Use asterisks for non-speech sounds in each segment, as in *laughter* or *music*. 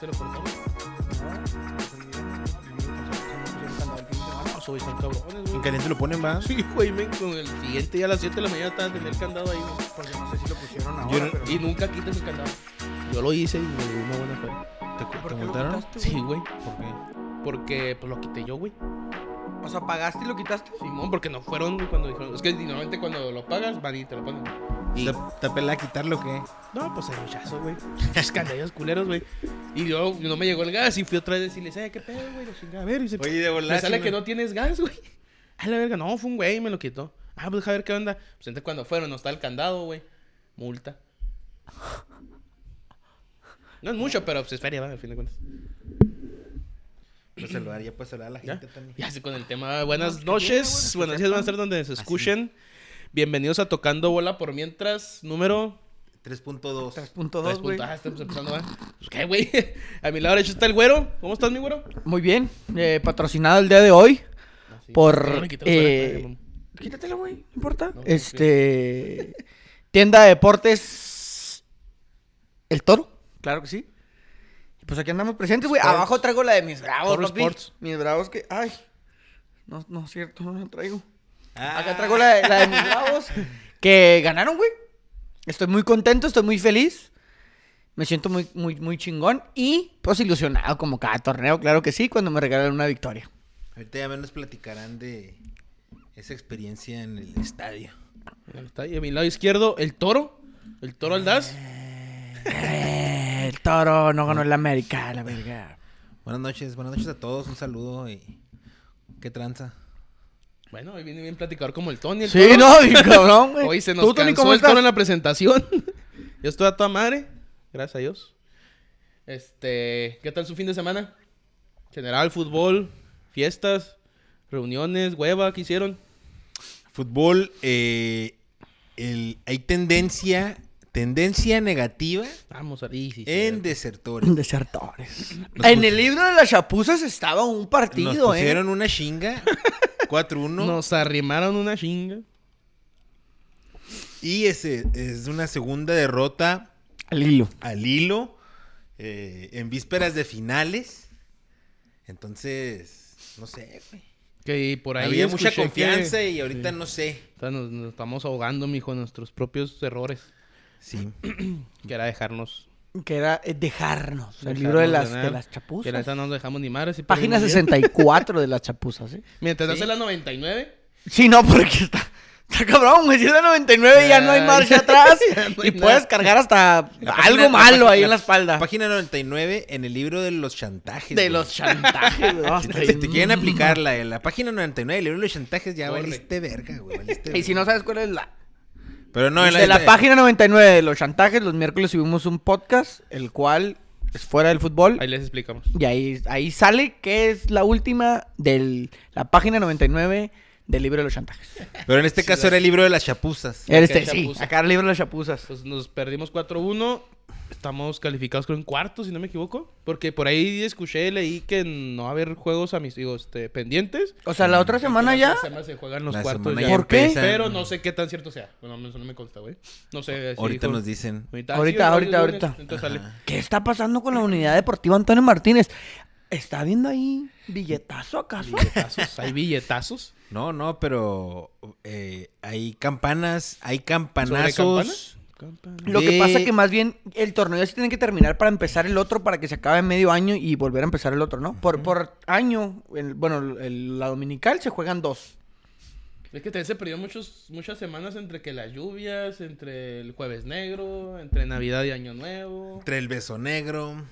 cero personas. Soy tan cabrones, En güey. caliente lo ponen, va. Sí, güey, men, con el siguiente día a las 7 de la mañana estaban en el candado ahí, güey. Porque no sé si lo pusieron ahora, Yo no- pero... Y nunca quitas el candado. Yo lo hice y me dio una buena fe. ¿Te, ¿Por cu- te qué lo multaron? quitaste, güey? Sí, güey. ¿Por qué? Porque pues lo quité yo, güey. O sea, ¿pagaste y lo quitaste? Simón, porque no fueron cuando dijeron. Es que normalmente cuando lo pagas, van y te lo ponen. Y- ¿Te, te apela a quitarlo o qué? No, pues el muchazo, güey. *laughs* Escandallos culeros, güey. Y yo no me llegó el gas y fui otra vez a decirles, ay, qué pedo, güey, la chingada. A ver, y se- Oye, de me sale que no tienes gas, güey. *laughs* A la verga, no, fue un güey y me lo quitó. Ah, pues a ver qué onda. Pues entonces cuando fueron, no está el candado, güey. Multa. No es mucho, pero pues es feria, ¿verdad? Al fin de cuentas. Pues saludar, ya puedes saludar a la Ya, gente también. ya así con el tema. Buenas No, pues, que tiene, noches. güey, Buenos que días, van a sepan. ser donde se escuchen. Bienvenidos a Tocando Bola por Mientras, número 3.2. 3.2, güey. Ah, estamos empezando, ¿va? Pues, ¿Qué, güey? *laughs* A mi lado derecho está el güero. ¿Cómo estás, mi güero? Muy bien. eh, patrocinado el día de hoy. Por, No, le quité los aretes, eh, mamá. Quítatelo, güey. No importa. No, este. Tienda de deportes. El toro. Claro que sí. Y Pues aquí andamos presentes, güey. Sports. Abajo traigo la de mis bravos, Toro papi. Sports. Mis bravos que. Ay. No, no es cierto, no la traigo. Ah, Acá traigo la, de- la de mis bravos. Que ganaron, güey. Estoy muy contento, estoy muy feliz. Me siento muy, muy, muy chingón. Y pues ilusionado como cada torneo, claro que sí, cuando me regalan una victoria. Ahorita ya menos platicarán de esa experiencia en el estadio. Ahí está. Y a mi lado izquierdo, el toro. El toro Aldaz. Eh. el toro no ganó el América, la verga. Buenas noches, buenas noches a todos. Un saludo y. ¿Qué tranza? Bueno, hoy viene bien platicador como el Tony. El Sí, toro. no, bien cabrón, güey. Hoy se nos ¿Tú, Tony, cansó cómo el toro estás? en la presentación. *laughs* Yo estoy a toda madre. Gracias a Dios. Este, ¿qué tal su fin de semana? General, fútbol, fiestas, reuniones, hueva, ¿qué hicieron? Fútbol, eh, el- hay tendencia, tendencia negativa Vamos a... Sí, sí, sí, en desertores. Desertores. en el libro de las chapuzas estaba un partido, Nos ¿eh? pusieron una chinga, *laughs* 4-1. Nos arrimaron una chinga. Y ese es una segunda derrota Al hilo. al hilo eh, en vísperas de finales. Entonces, no sé, güey. Que por ahí Había mucha escuché confianza que- y ahorita sí. no sé. O sea, nos, nos estamos ahogando, mijo, en nuestros propios errores. Sí. Que era dejarnos. Que era eh, dejarnos. El libro de las, dejarnos ganar, de las Que la chapuzas. neta no nos dejamos ni madres. y Página perdimos bien. 64 de las chapuzas, ¿eh? Mientras Sí. hace la 99. Sí, no, porque está, está cabrón, güey. Si es la 99 ya no hay *laughs* Ay. marcha atrás. Ya no hay y puedes nada. cargar hasta La página- algo la malo ahí página- en la espalda. Página 99 en el libro de los chantajes. De güey. los chantajes, güey. Si Hasta te, si ahí. te quieren aplicar la, la página 99 del libro de los chantajes, ya Corre. valiste verga, güey. valiste Y si no verga. sabes cuál es la, Pero no, en este de la esta- página 99 de los chantajes, los miércoles subimos un podcast, el cual es fuera del fútbol. Ahí les explicamos. Y ahí, ahí sale que es la última de la página 99 del libro de los chantajes. Pero en este Sí, caso la- era el libro de las chapuzas. Eres Acá hay sí, chapuzas. acá Este, el libro de las chapuzas. Pues nos perdimos 4-1. Estamos calificados, creo, en cuarto, si no me equivoco. Porque por ahí escuché, leí que no va a haber juegos a mis hijos este, pendientes. O sea, Mm, la otra semana La ya. otra semana se juegan los La cuartos semana ya. ya ¿Por qué? empiezan. Pero no pues, sé qué tan cierto sea. Bueno, eso no me consta, güey. No sé. si Ahorita dijo- nos dicen. Ahorita, Ahorita, sí, ahorita, hoy es lunes, ahorita. Entonces sale. Ajá. ¿Qué está pasando con la unidad deportiva Antonio Martínez? ¿Está viendo ahí billetazo acaso? Billetazos, hay billetazos. No, no, pero eh, hay campanas, hay ¿Sobre campanazos. campana? Lo que De- pasa que más bien el torneo ya se tiene que terminar para empezar el otro, para que se acabe en medio año y volver a empezar el otro, ¿no? Por, por año, el- bueno, el- la dominical se juegan dos. Es que también se perdió muchos, muchas semanas entre que las lluvias, entre el jueves negro, entre Navidad y Año Nuevo. Entre el beso *laughs* negro.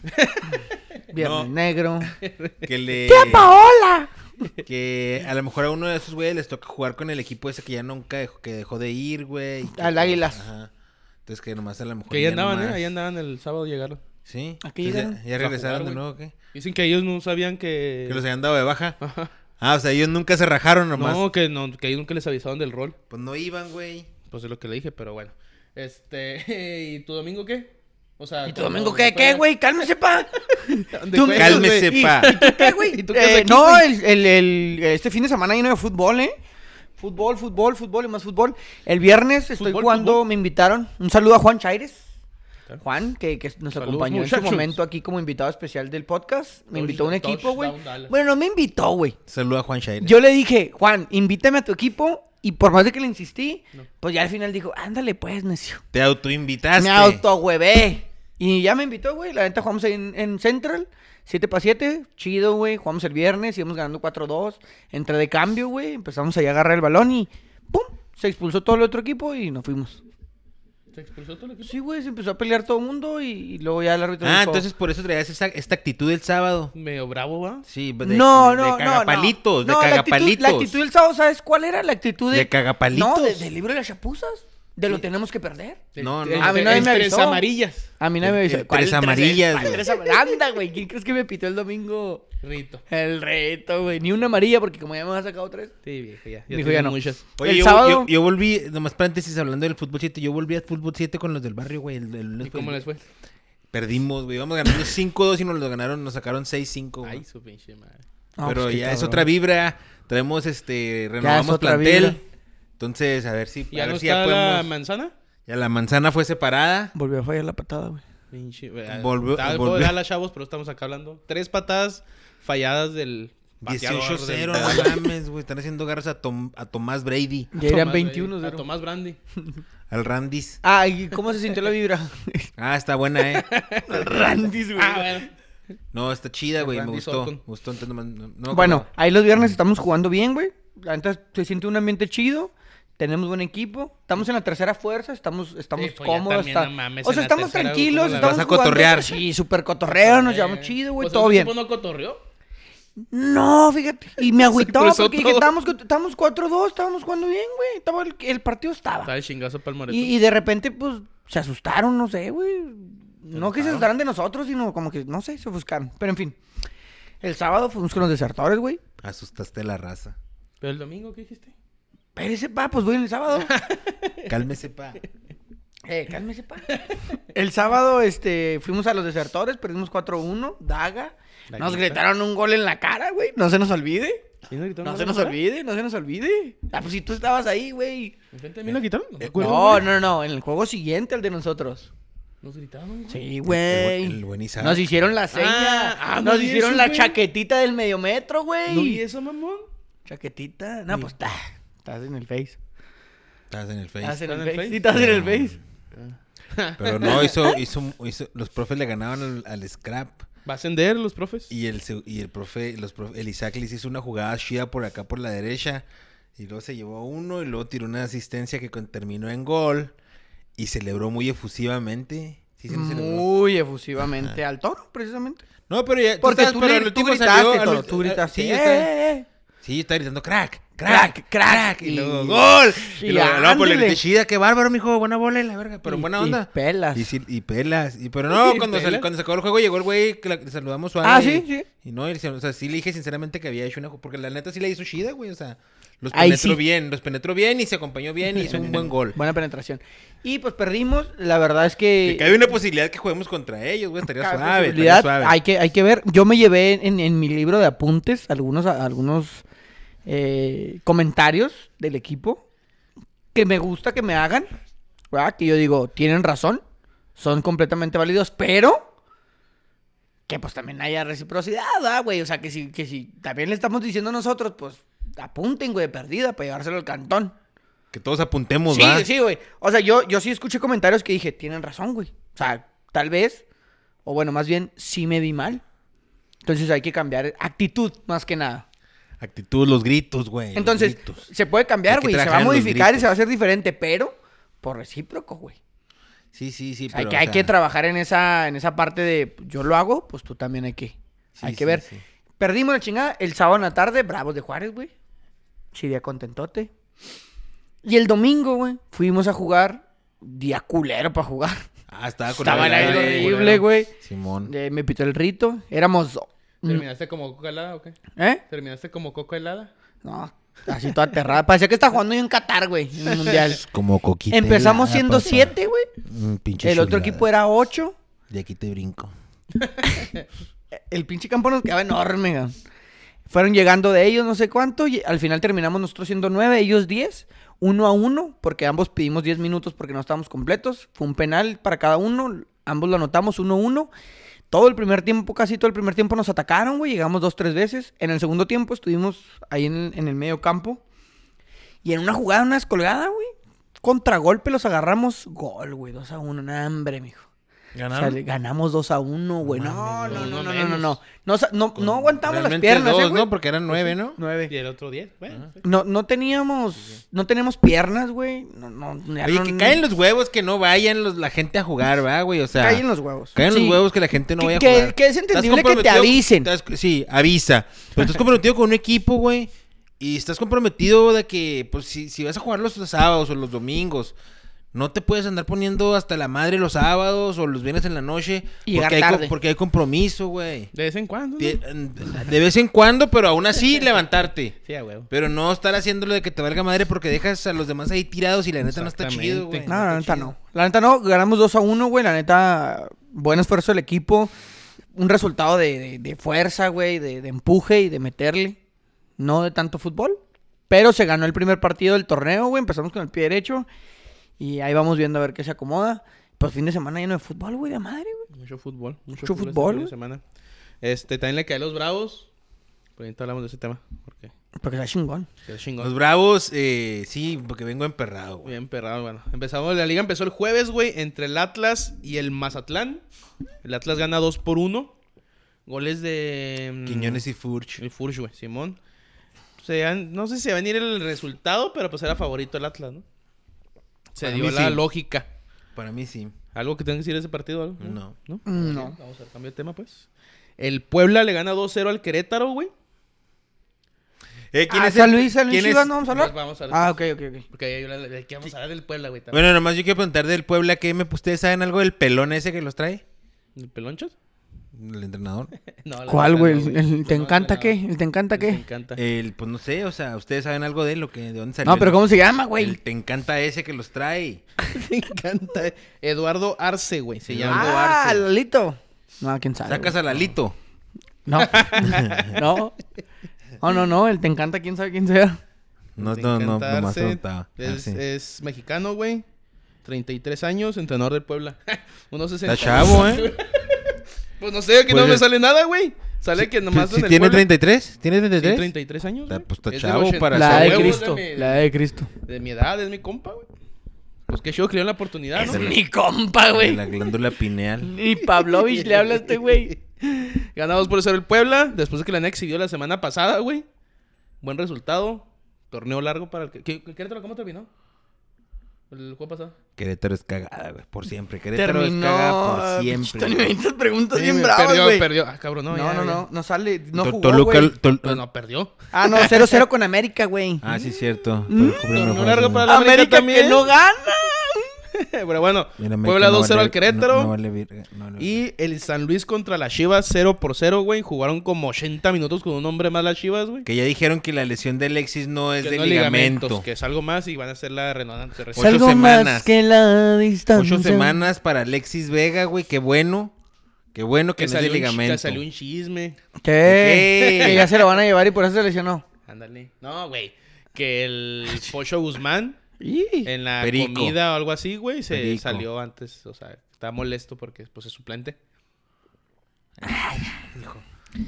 Viernes No. negro. Eh, Que le. ¡Tía Paola! Que a lo mejor a uno de esos güeyes les toca jugar con el equipo ese que ya nunca dejó, que dejó de ir, güey. y que- Al Águilas. Ajá. Entonces que nomás a lo mejor. Que ahí ya andaban, ¿eh? nomás- Ahí andaban el sábado llegaron. Sí. Aquí Entonces llegaron. ya, ya A regresaron jugar, de güey. nuevo, ¿qué? Dicen que ellos no sabían que... Que los habían dado de baja. *laughs* Ajá. Ah, o sea, ellos nunca se rajaron nomás. No, que no, que ellos nunca les avisaron del rol. Pues no iban, güey. Pues es lo que le dije, pero bueno. Este, *laughs* ¿y tu domingo qué? O sea, ¿Y tu ¿cuándo- domingo dónde qué, qué, juegas? güey? Cálmese, pa. ¿Dónde Tú- juegas, güey? Cálmese, güey. pa. ¿Qué, güey? ¿Y tú qué haces Eh, aquí, no, güey? el, el- el- este fin de semana lleno de fútbol, ¿eh? Fútbol, fútbol, fútbol y más fútbol. El viernes estoy Fútbol, jugando, fútbol. me invitaron. Un saludo a Juan Chaires. Claro. Juan, que, que nos Saludos, acompañó en muchachos. su momento aquí como invitado especial del podcast. Me invitó a un Touchdown, equipo, güey. Dallas. Bueno, no me invitó, güey. Saluda a Juan Shair. Yo le dije, Juan, invítame a tu equipo. Y por más de que le insistí, No. pues ya al final dijo, ándale pues, necio. Te autoinvitaste. Me autohuevé. Y ya me invitó, güey. La neta jugamos ahí en, en Central, 7 para 7. Chido, güey. Jugamos el viernes, íbamos ganando 4-2. Entré de cambio, güey. Empezamos ahí a agarrar el balón y ¡pum! Se expulsó todo el otro equipo y nos fuimos. ¿Se expulsó todo el equipo? Sí, güey, se empezó a pelear todo el mundo y, y luego ya el árbitro. Ah, dijo, entonces por eso traías esa- esta actitud el sábado. Medio bravo, ¿va? Sí, de, No, no, de- no. de cagapalitos, no. de No, la actitud- cagapalitos. La actitud del sábado, ¿sabes cuál era? La actitud de. De cagapalitos. No, de, de libre de las chapuzas. De lo tenemos que perder. No, no. Entre- A mí nadie me entre avisó. amarillas. A mí nadie me El- dice. el ¿cuál tres tres- amarillas, cuál güey? tres amarillas? Anda, güey. ¿Quién crees que me pitó el domingo? Rito. El reto, güey. Ni una amarilla, porque como ya me has sacado tres. Sí, viejo, ya. Dijo, tengo ya no. Muchas. Oye, el yo, sábado- yo- yo volví, nomás paréntesis hablando del fútbol 7, yo volví al fútbol 7 con los del barrio, güey. el- el lunes, ¿Y cómo güey. les fue? Perdimos, güey. *laughs* Íbamos ganando 5-2 y nos lo ganaron, nos sacaron 6-5. güey. Ay, su pinche madre. No, Pero pues, qué ya es cabrón. otra vibra. Traemos este, Ya es renovamos otra plantel. vibra. Entonces, a ver si, ¿Ya a no ver si está ya la podemos. manzana? Ya la manzana fue separada. Volvió a fallar la patada, güey. Pinche. eh, Volvió- Volvió. Tal, volvió. las chavos, pero estamos acá hablando. Tres patadas falladas del. bateador del- 18-0, no mames, güey. Están haciendo garras a, Tom- a Tomás Brady, Ya eran Tomás, 21 güey, a 0 *laughs* Tomás Brandy. al Randis. Ah, ¿y cómo se sintió la *laughs* vibra? Ah, está buena, *laughs* eh. Randy's, güey. Ah, bueno. No, está chida, güey. Me Randy gustó. Sorcon. Me gustó. entonces nomás- no- no me Bueno, acuerdo. ahí los viernes estamos jugando bien, güey. La neta se siente un ambiente chido. Tenemos buen equipo. Estamos en la tercera fuerza, estamos, estamos Sí, pues ya cómodos. también, está- no mames, o en sea, la estamos tercera, güey, tranquilos, ¿cómo la estamos vas a jugando- cotorrear? Sí, súper cotorreo, nos llevamos Eh, chido, güey, pues, todo ¿el bien. equipo no cotorreó? No, fíjate. Y *laughs* me agüitaba cruzó porque dije, todo. estábamos, cont- estábamos 4-2, estábamos jugando bien, güey. Estaba el, el partido Está estaba. el chingazo para el Moreto. Y, y de repente, pues, se asustaron, no sé, güey. No que se enojaron. asustaran de nosotros, sino como que, no sé, se buscaron. Pero en fin. El sábado fuimos con los desertores, güey. Asustaste la raza. ¿Pero el domingo qué dijiste? Espérese, pa, pues voy el *laughs* sábado. Cálmese, pa. eh, cálmese, pa. El sábado, este, fuimos a los desertores, perdimos 4-1, daga. La Nos neta. gritaron un gol en la cara, güey. No se nos olvide. ¿Sí nos quitaron No la se nos cámara? olvide, no se nos olvide. Ah, pues si tú estabas ahí, güey. ¿Enfrente de mí lo quitaron? No, me acuerdo, No, güey. no, no, en el juego siguiente, el de nosotros. Nos gritaron, güey. Sí, güey. güey. El bu- el buen Isaac. Nos hicieron la seña. ah, nos no vi hicieron eso, la güey. chaquetita del medio metro, ¿No vi güey. eso, mamón? Chaquetita. No, pues está. Estás en el Face. Estás en el Estás Face. en el Face. Sí, estás en el Face. Pero no, hizo, hizo, hizo- los profes le ganaban al, al scrap. ¿Va a ascender los profes? Y el, se- y el profe, los profe- el Isaac les hizo una jugada chida por acá por la derecha. Y luego se llevó a uno y luego tiró una asistencia que con- terminó en gol. Y celebró muy efusivamente. Sí, sí, no celebró. Muy efusivamente al toro, precisamente. No, pero ya. Porque estabas- tú, pero le- al tú último salió, gritaste, al toro. ul- Tú ah, gritaste. Sí, "Eh, yo estaba, eh, eh". sí, yo estaba gritando crack, Crack, crack, crack, crack. Y luego y- gol. y Y luego, no, pues le ándele. grité, chida, qué bárbaro, mijo. Buena bola y la verga. Pero Y- buena y onda. pelas. Y, sí, y pelas. Y, *laughs* pero no, Y cuando, sal- pelas. cuando se acabó el juego llegó el güey que la- le saludamos suave. Ah, y- sí, sí. Y no, y se- o sea, sí le dije sinceramente que había hecho una... ju- Porque la neta sí la hizo chida, güey. O sea, los Ahí penetró sí. bien. Los penetró bien y se acompañó bien y hizo un buen gol. Buena penetración. Y pues perdimos. La verdad es que. Que cabe una posibilidad que juguemos contra ellos, güey. Estaría Cabe suave, posibilidad, estaría suave. Hay que, hay que ver. Yo me llevé en, en mi libro de apuntes algunos, algunos eh, comentarios del equipo que me gusta que me hagan. ¿verdad? Que yo digo, tienen razón, son completamente válidos, pero que pues también haya reciprocidad, ¿verdad, güey. O sea, que si, que si también le estamos diciendo nosotros, pues apunten, güey, de perdida para llevárselo al cantón. Que todos apuntemos, Sí, ¿va? sí, güey. O sea, yo, yo sí escuché comentarios que dije, tienen razón, güey. O sea, tal vez, o bueno, más bien, sí me vi mal. Entonces hay que cambiar actitud más que nada. Actitud, los gritos, güey. los Entonces, gritos. se puede Hay cambiar, que güey. Se va trabajar a en los modificar y gritos. se va a hacer diferente, pero por recíproco, güey. Sí, sí, sí. O sea, hay, pero, que, o hay sea, que trabajar en esa, en esa parte de yo lo hago, pues tú también hay que. sí, hay que sí, ver. sí. Perdimos la chingada el sábado en la tarde, bravos de Juárez, güey. Sí, día contentote. Y el domingo, güey, fuimos a jugar. Día culero para jugar. Ah, estaba con Estaba el el aire aire culero. horrible, güey. Simón. Eh, me pitó el rito. Éramos. ¿Terminaste como coca helada o qué? ¿Eh? ¿Terminaste como coca helada? No. Así toda aterrada. Parecía que estaba jugando yo en Qatar, güey. En el *laughs* mundial. Como coquita. Empezamos siendo siete, güey. güey. El otro equipo era ocho. De aquí te brinco. El pinche campo nos quedaba enorme, güey. Fueron llegando de ellos no sé cuánto. Y al final terminamos nosotros siendo nueve, ellos diez. Uno a uno, porque ambos pedimos diez minutos porque no estábamos completos. Fue un penal para cada uno. Ambos lo anotamos 1-1. Todo el primer tiempo, casi todo el primer tiempo nos atacaron, güey. Llegamos dos, tres veces. En el segundo tiempo estuvimos ahí en, en el medio campo. Y en una jugada, una descolgada, güey. Contragolpe los agarramos. Gol, güey. 2 a 1. Nah, hombre, mijo. O sea, Ganaron. le ganamos 2 a 1, güey. No, no, mames, no, uno no, no, no, menos. no. No, sa- no, no aguantamos las Realmente piernas, dos, eh, güey. ¿no? Porque eran nueve, ¿no? Y Nueve. el otro 10, bueno. sí. No, no teníamos, no tenemos piernas, güey. No, no, ya Oye, no- que caen los huevos, que no vayan los- la gente a jugar, va, güey. O sea, Caen los huevos. caen los Sí. huevos que la gente no Que- vaya a que- jugar. que es Estás entendible que te comprometido- avisen. estás- sí, avisa. Pero estás comprometido con un equipo, güey. Y estás comprometido de que, pues, si, si vas a jugar los sábados o los domingos, no te puedes andar poniendo hasta la madre los sábados o los viernes en la noche. Y llegar porque, hay, co- tarde. porque hay compromiso, güey. De vez en cuando. ¿no? Tie- De vez en cuando, pero *laughs* aún así levantarte. Sí, a huevo. Pero no estar haciéndolo de que te valga madre porque dejas a los demás ahí tirados y la neta no está chido, güey. Exactamente. No, la neta está chido. no. La neta no. Ganamos 2 a 1, güey. La neta, buen esfuerzo del equipo. Un resultado de, de- de fuerza, güey, de, de empuje y de meterle. No de tanto fútbol. Pero se ganó el primer partido del torneo, güey. Empezamos con el pie derecho. Y ahí vamos viendo a ver qué se acomoda. Pues fin de semana lleno de fútbol, güey, de madre, güey. Pues, Mucho fútbol. Mucho, Mucho fútbol. este fútbol, fin de güey. semana. Este, también le cae a los Bravos. Pero ahorita hablamos de ese tema. Porque Porque está chingón. quedó chingón. Los bravos, eh, sí, porque vengo emperrado, güey. Bien perrado, bueno. Empezamos, la liga empezó el jueves, güey, entre el Atlas y el Mazatlán. El Atlas gana 2 por 1. Goles de... mm, Quiñones y Furch. El Furch, güey, Simón. Se han- no sé si va a venir el resultado, pero pues era favorito el Atlas, ¿no? Se Para dio mí la sí. lógica. Para mí sí. ¿Algo que tenga que decir de ese partido? Algo? No. ¿No? Mm, Bien, No. Vamos al cambio de tema, pues. El Puebla le gana 2-0 al Querétaro, güey. Eh, Ah, San Luis, San Luis quién es- Chivas, ¿no vamos a hablar? Pues Vamos a hablar Ah, ok, ok, ok. Porque ahí hay una- de aquí vamos a hablar del Puebla, güey. también. Bueno, nomás yo quiero preguntar del Puebla, ¿qué me, ¿ustedes saben algo del pelón ese que los trae? ¿El Pelonchos? El entrenador. *laughs* No, la ¿Cuál, neta, güey? no, Pues ¿El- el- ¿Te No, encanta no. qué? ¿El ¿Te encanta Te qué? encanta. *laughs* El, pues no sé, o sea, ¿ustedes saben algo de él o qué? ¿De dónde salió? No, pero el- ¿cómo se llama, el güey? te encanta ese que los trae. Te encanta. Eduardo Arce, güey. Se llama. Eduardo Ah, Arce. Lalito. No, quién sabe. güey. Sacas al alito. *laughs* No. no. No, no, no. El te encanta, quién sabe quién sea. No, Te no, no, encanta nomás Arce. preguntaba. Ah, Es, sí. es mexicano, güey. 33 años, entrenador del Puebla. *laughs* Uno Está chavo, ¿eh? Pues no sé, que Pues no me es- sale nada, güey. Sale *laughs* que nomás Si- en si el ¿Tiene Puebla- 33? ¿Tiene 33? Sí, 33 años, Está- güey. pues, está Es del chavo 80. para La ser de huevos, Cristo. mi- La de Cristo. de mi edad, es mi compa, güey. Pues qué chido que le dieron la oportunidad, ¿no? mi compa, De La glándula pineal. Ni Pavlovich le habla a este güey. Ganados por ser el Puebla, después de que la NEC exhibió la semana pasada, güey. Buen resultado. Torneo largo para el que. ¿Qué- qué- Querétaro, ¿cómo terminó? El juego pasado. Querétaro es cagada, güey. Por siempre. Querétaro es Terminó. cagada por siempre. Tony, me güey. hizo preguntas Sí, bien güey, bravas, perdió, güey. perdió. Ah, cabrón, no. No, ya, no, ya. no. No sale. No To- jugó, Toluca- güey. Tol- Pues no, perdió. *laughs* Ah, no. 0-0 con América, güey. Ah, sí, cierto. Torneo largo para la América que América también. no gana. Pero bueno, Puebla 2-0 al Querétaro. y... Y el San Luis contra las Chivas 0 por 0, güey. Jugaron como 80 minutos con un hombre más las Chivas, güey. Que ya dijeron que la lesión de Alexis no es Que de no ligamento. ligamentos, Que es algo más y van a hacer la renovante. Ocho Es algo semanas. más que la distancia. Ocho semanas para Alexis Vega, güey. Qué bueno. Qué bueno que, Que no es de salió, un, chi- que ligamento. salió un chisme. ¿Qué? ¿Qué? Que ya se lo van a llevar y por eso se lesionó. Ándale. No, güey. Que el Pocho Guzmán Y- en la Perico. comida o algo así, güey, se Perico. salió antes. O sea, está molesto porque pues, es suplente.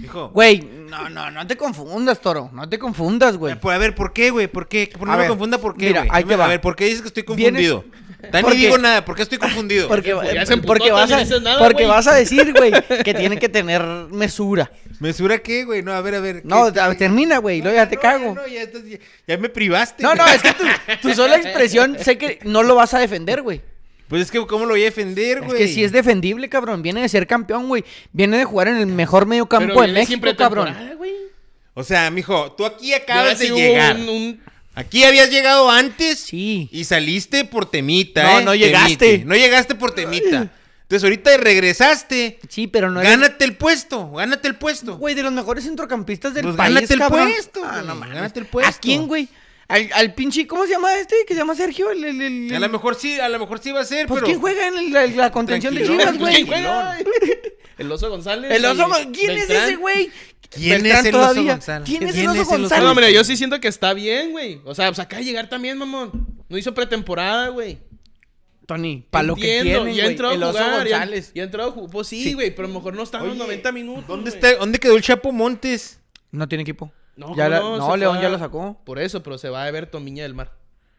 Hijo, Güey, no, no, no te confundas, toro. No te confundas, güey. Por, Pues, a ver, ¿por qué, güey? ¿Por qué? Por- No A me ver, confunda, ¿por qué, mira, güey? ahí No te me- A va. ver, ¿por qué dices que estoy Vienes- confundido? Tan ni Porque- digo nada, ¿por qué estoy confundido? Porque, Ya se emputó, porque tú vas, ni a, dices nada, porque güey. vas a decir, güey, *laughs* que tienen que tener mesura. ¿Mesura qué, güey? No, a ver, a ver. ¿qué- No, qué- a- termina, güey, luego ya te no, cago. no, ya, estás- ya- ya me privaste. No, no, güey. es que tu, tu sola expresión sé que no lo vas a defender, güey. Pues es que, ¿cómo lo voy a defender, Es güey? que sí es defendible, cabrón. Viene de ser campeón, güey. Viene de jugar en el mejor medio campo Pero de viene México, siempre cabrón. temporada, güey. O sea, mijo, tú aquí Y ahora acabas sí de hubo llegar. un- un- Aquí habías llegado antes. Sí. Y saliste por temita, No, ¿eh? no llegaste. Temite. No llegaste por temita. Entonces, ahorita regresaste. Sí, pero no eres- gánate el puesto, gánate el puesto. Güey, de los mejores centrocampistas del Pues país, gánate el cabrón. puesto, Ah, güey, no mames. gánate el puesto. ¿A quién, güey? Al, al pinche, ¿cómo se llama este? Que se llama Sergio. El, el- el- A lo mejor sí, a lo mejor sí va a ser, Pues, pero. ¿quién juega en el- la, la contención de Tranquilón, Chivas, Pues, ¿quién güey? juega? *laughs* El oso González. El oso, y ¿quién es Beltrán. ese güey? ¿Quién Beltrán es el oso todavía. González? ¿Quién es ¿Quién el oso es el oso No, González? no, mira, yo sí siento que está bien, güey. O sea, pues acá de llegar también, mamón. No hizo pretemporada, güey. Tony, para lo que Entiendo, tienen, ya güey, entró a el Oso jugar. Ya, González. ya entró a jugar. Pues sí, Sí. güey, pero a lo mejor no están los Oye, 90 minutos. ¿Dónde, güey. está, ¿Dónde quedó el Chapo Montes? No tiene equipo. No, Ya ¿cómo la- no? no, Se León fue ya a- lo sacó. Por eso, pero se va a Everton Viña del Mar.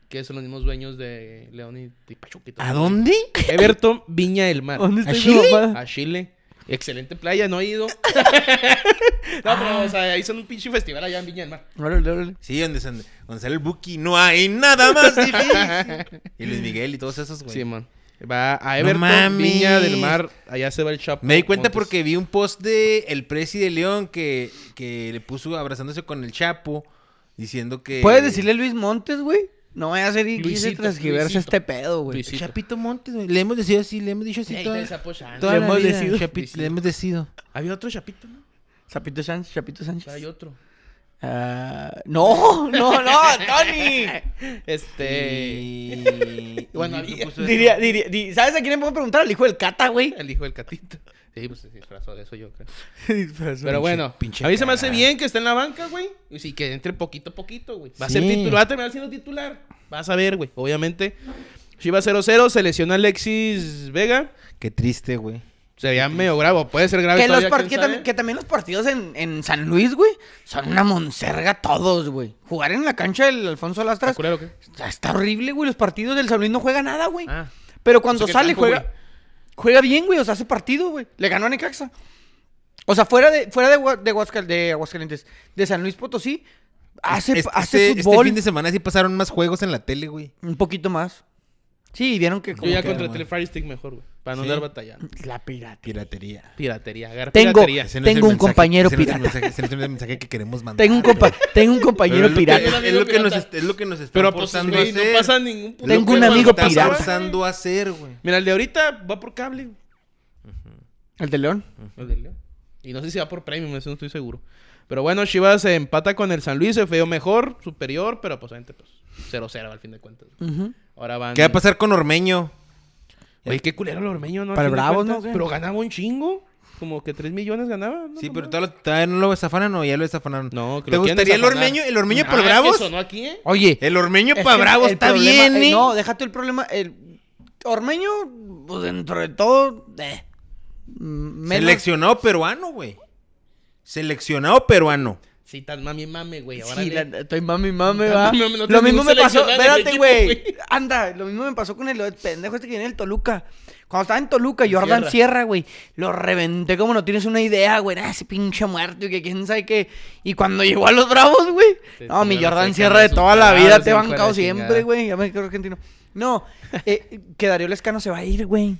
Que son los mismos dueños de León y, y Pachuca. y todo. ¿A dónde? Everton Viña del Mar. Ah, ¿Dónde está está ¿A esa Chile? A Chile. Excelente playa, no *laughs* he ido. no, pero o sea, ahí son un pinche festival allá en Viña del Mar. Órale, órale. Sí, donde, se- donde sale el Buki. No hay nada más *laughs* difícil. y Luis Miguel y todos esos, güey. Sí, man. Va a No Everton mames. Viña del Mar. Allá se va el Chapo. Me di cuenta Montes. porque vi un post de el presi de León que, que le puso abrazándose con el Chapo diciendo que... ¿Puedes decirle Luis Montes, güey? No vaya a ser y quise Luisito, transcribirse Luisito. este pedo, güey. Luisito. Chapito Montes, güey. Le hemos decidido así, le hemos dicho así Ey, toda, te desapoyan. toda Le la hemos vida. decidido. Chapi- Decido. le hemos decidido. Había otro Chapito, ¿no? Chapito Sánchez, Chapito Sánchez. Hay otro. Ah, no, no, *laughs* no, Tony. Este. Y- Bueno, y había- propuso eso. Diría, diría, di- ¿sabes a quién le puedo preguntar? Al hijo del Cata, *laughs* güey. El hijo del catito. Sí, pues se disfrazó de eso, yo creo. pinche- Pero bueno, pinche a mí se me hace cagada. bien que esté en la banca, güey. Y sí, que entre poquito a poquito, güey. Va a ser Sí. titular, va a terminar siendo titular. Vas a ver, güey. Obviamente. Chivas 0-0, se lesiona Alexis Vega. Qué triste, güey. Se veía medio grave, o puede ser grave. Que, los todavía, par- quién que, sabe. también, que también los partidos en, en San Luis, güey, son una monserga todos, güey. Jugar en la cancha del Alfonso ¿Está Lastras culero o qué? está, está horrible, güey. Los partidos del San Luis no juega nada, güey. Ah. Pero cuando O sea, que sale, campo, juega. güey. Juega bien, güey. O sea, hace partido, güey. Le ganó a Necaxa. O sea, fuera de, fuera de, Gua- de, Huasca- de Aguascalientes, de San Luis Potosí, hace, Este- hace este- Este fútbol fin de semana sí pasaron más juegos en la tele, güey. un poquito más. Sí, vieron que Yo como ya que- contra- contraté el Fire Stick mejor, güey. Para no Sí. dar batalla. la pirata. Piratería. Piratería, agarrar Tengo- piratería. Ese Tengo un compañero ese no es el pirata. mensaje- ese no es el mensaje que queremos mandar. Tengo un, compa- *laughs* tengo un Pero compañero es lo que- pirata. es- Es lo que nos est- es lo que nos están Pero pues, forzando a güey, no hacer. pasa ningún Es lo Tengo que un nos amigo están pirata. forzando a hacer, güey. Mira, el de ahorita va por cable. güey. El de León. El del León. Y no sé si va por premium, eso no estoy seguro. Pero bueno, Chivas se empata con el San Luis, se feo mejor, superior, pero pues obviamente pues 0-0 al fin de cuentas. Ujú. Ahora van. ¿Qué va a pasar con Ormeño? Oye, qué culero el ormeño, ¿no? Al Para fin de Bravos, cuentas. ¿no? ¿Qué? Pero ganaba un chingo. Como que 3 millones ganaba. ¿no? Sí, pero Nomás. todavía lo- todavía no lo desafanan o ya lo desafanan. No, que ¿Te lo quieren gustaría el desafanar. Ormeño? ¿El Ormeño Ah, para es que Bravos? sonó aquí, ¿eh? Oye. El Ormeño es para que Bravos el está problema- bien, eh, ¿eh? No, déjate el problema. El Ormeño, pues, dentro de todo. eh, menos- Seleccionado peruano, güey. Seleccionado peruano. Sí, tan mami, mame, güey. Ahora Sí, le- la- estoy mami, mami, Mami, va. mami, no tienes lo mismo me ningún pasó, seleccionado en el espérate, equipo, güey. güey. *laughs* Anda, lo mismo me pasó con el pendejo este que viene del Toluca. Cuando estaba en Toluca, Jordan Sierra. Sierra, güey. Lo reventé como no tienes una idea, güey. Ah, ese pinche muerto y que quién sabe qué. Y cuando llegó a los Bravos, güey. Te No, mi tuvieron Jordan seca, Sierra de sus toda la palabras, vida te he hijo de la bancado chingada. siempre, güey. Ya me creo argentino. No, eh, *laughs* que Darío Lescano se va a ir, güey.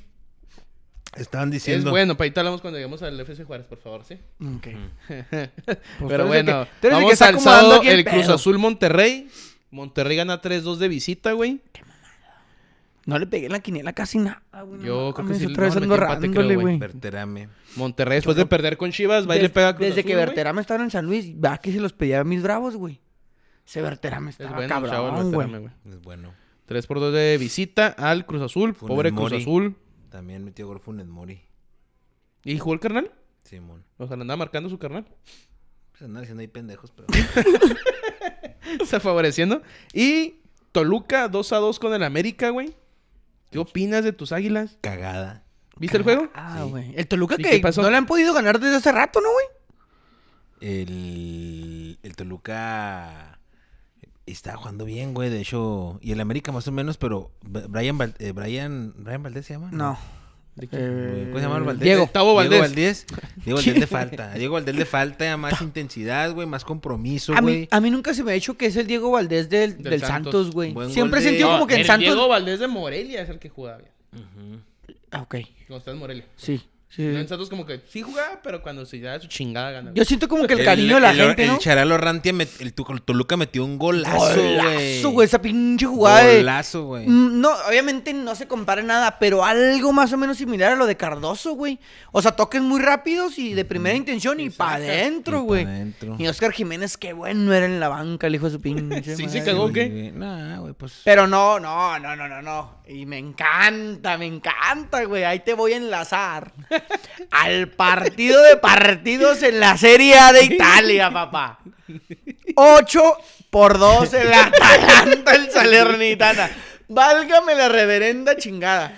Estaban Es diciendo. bueno, para ahí te hablamos cuando lleguemos al FC Juárez, por favor, ¿sí? Ok. Pues Pero tú eres el bueno, que- tú eres el que vamos está al acomodando sábado, aquí el el Cruz pedo. Azul Monterrey. Monterrey gana 3-2 de visita, güey. No le pegué en la quiniela casi nada, güey. no Yo creo que mames, sí, Otra no, vez le ando metí empate, creo, rándole, güey. güey. Verterame. Monterrey después de perder con Chivas, va y Pues le Des- pega a Cruz Desde que Azul, güey. Verterame estaba en San Luis, va que se los pedía a mis bravos, güey. Ese Verterame Es estaba bueno, el chavo, el Ah, cabrón, Verterame, güey. güey. Es bueno. 3 por 2 de visita al Cruz Azul. Funes Pobre Mori. Cruz Azul. También metió gol Funes Mori. ¿Y jugó el carnal? Simón. O sea, le andaba marcando su carnal. *laughs* Pues andan diciendo ahí pendejos, pero. Está favoreciendo. Y Toluca 2 a 2 con el América, güey. ¿Qué opinas de tus águilas? Cagada. ¿Viste el juego? Ah, Sí. güey. El Toluca ¿Y que qué pasó? no le han podido ganar desde hace rato, ¿no, güey? El, el Toluca está jugando bien, güey. De hecho, y el América más o menos, pero B- Brian, Val- eh, Brian, Brian Valdés se llama. No. Eh, Eh, ¿Cómo se llama el Valdés? Diego. Tavo Valdés. Diego Valdés. Diego Valdés *laughs* le falta. A Diego Valdés le falta más intensidad, güey, más compromiso, A mí, güey. a mí nunca se me ha hecho que es el Diego Valdés del, Del del Santos, Santos. güey. Buen Siempre he gol de- sentido No, como que en el Santos. Diego Valdés de Morelia es el que jugaba bien. Ujú. Ah, ok. Cuando está en Morelia. Sí. sí. No, en Santos como que sí jugaba, pero cuando se da su chingada gana. Yo siento como que el, cariño de la el- gente, el ¿no? Charalo Rantia, met- el, Tuc- el Toluca metió un golazo, güey. Golazo, güey. Esa pinche jugada de- Golazo, güey. Mm, No, obviamente no se compara nada, pero algo más o menos similar a lo de Cardoso, güey. O sea, toques muy rápidos y de primera intención y para adentro, Y pa' güey. adentro. Y Oscar Jiménez, qué bueno era en la banca, el hijo de *laughs* su pinche. Sí, madre. se cagó. Sí, ¿qué? güey. Nah, güey, pues. Pero no, no, no, no, no, no. Y me encanta, me encanta, güey. Ahí te voy a enlazar. *laughs* Al partido de partidos en la Serie A de Italia, papá. 8 por 2 en la Atalanta, el Salernitana. Válgame la reverenda chingada.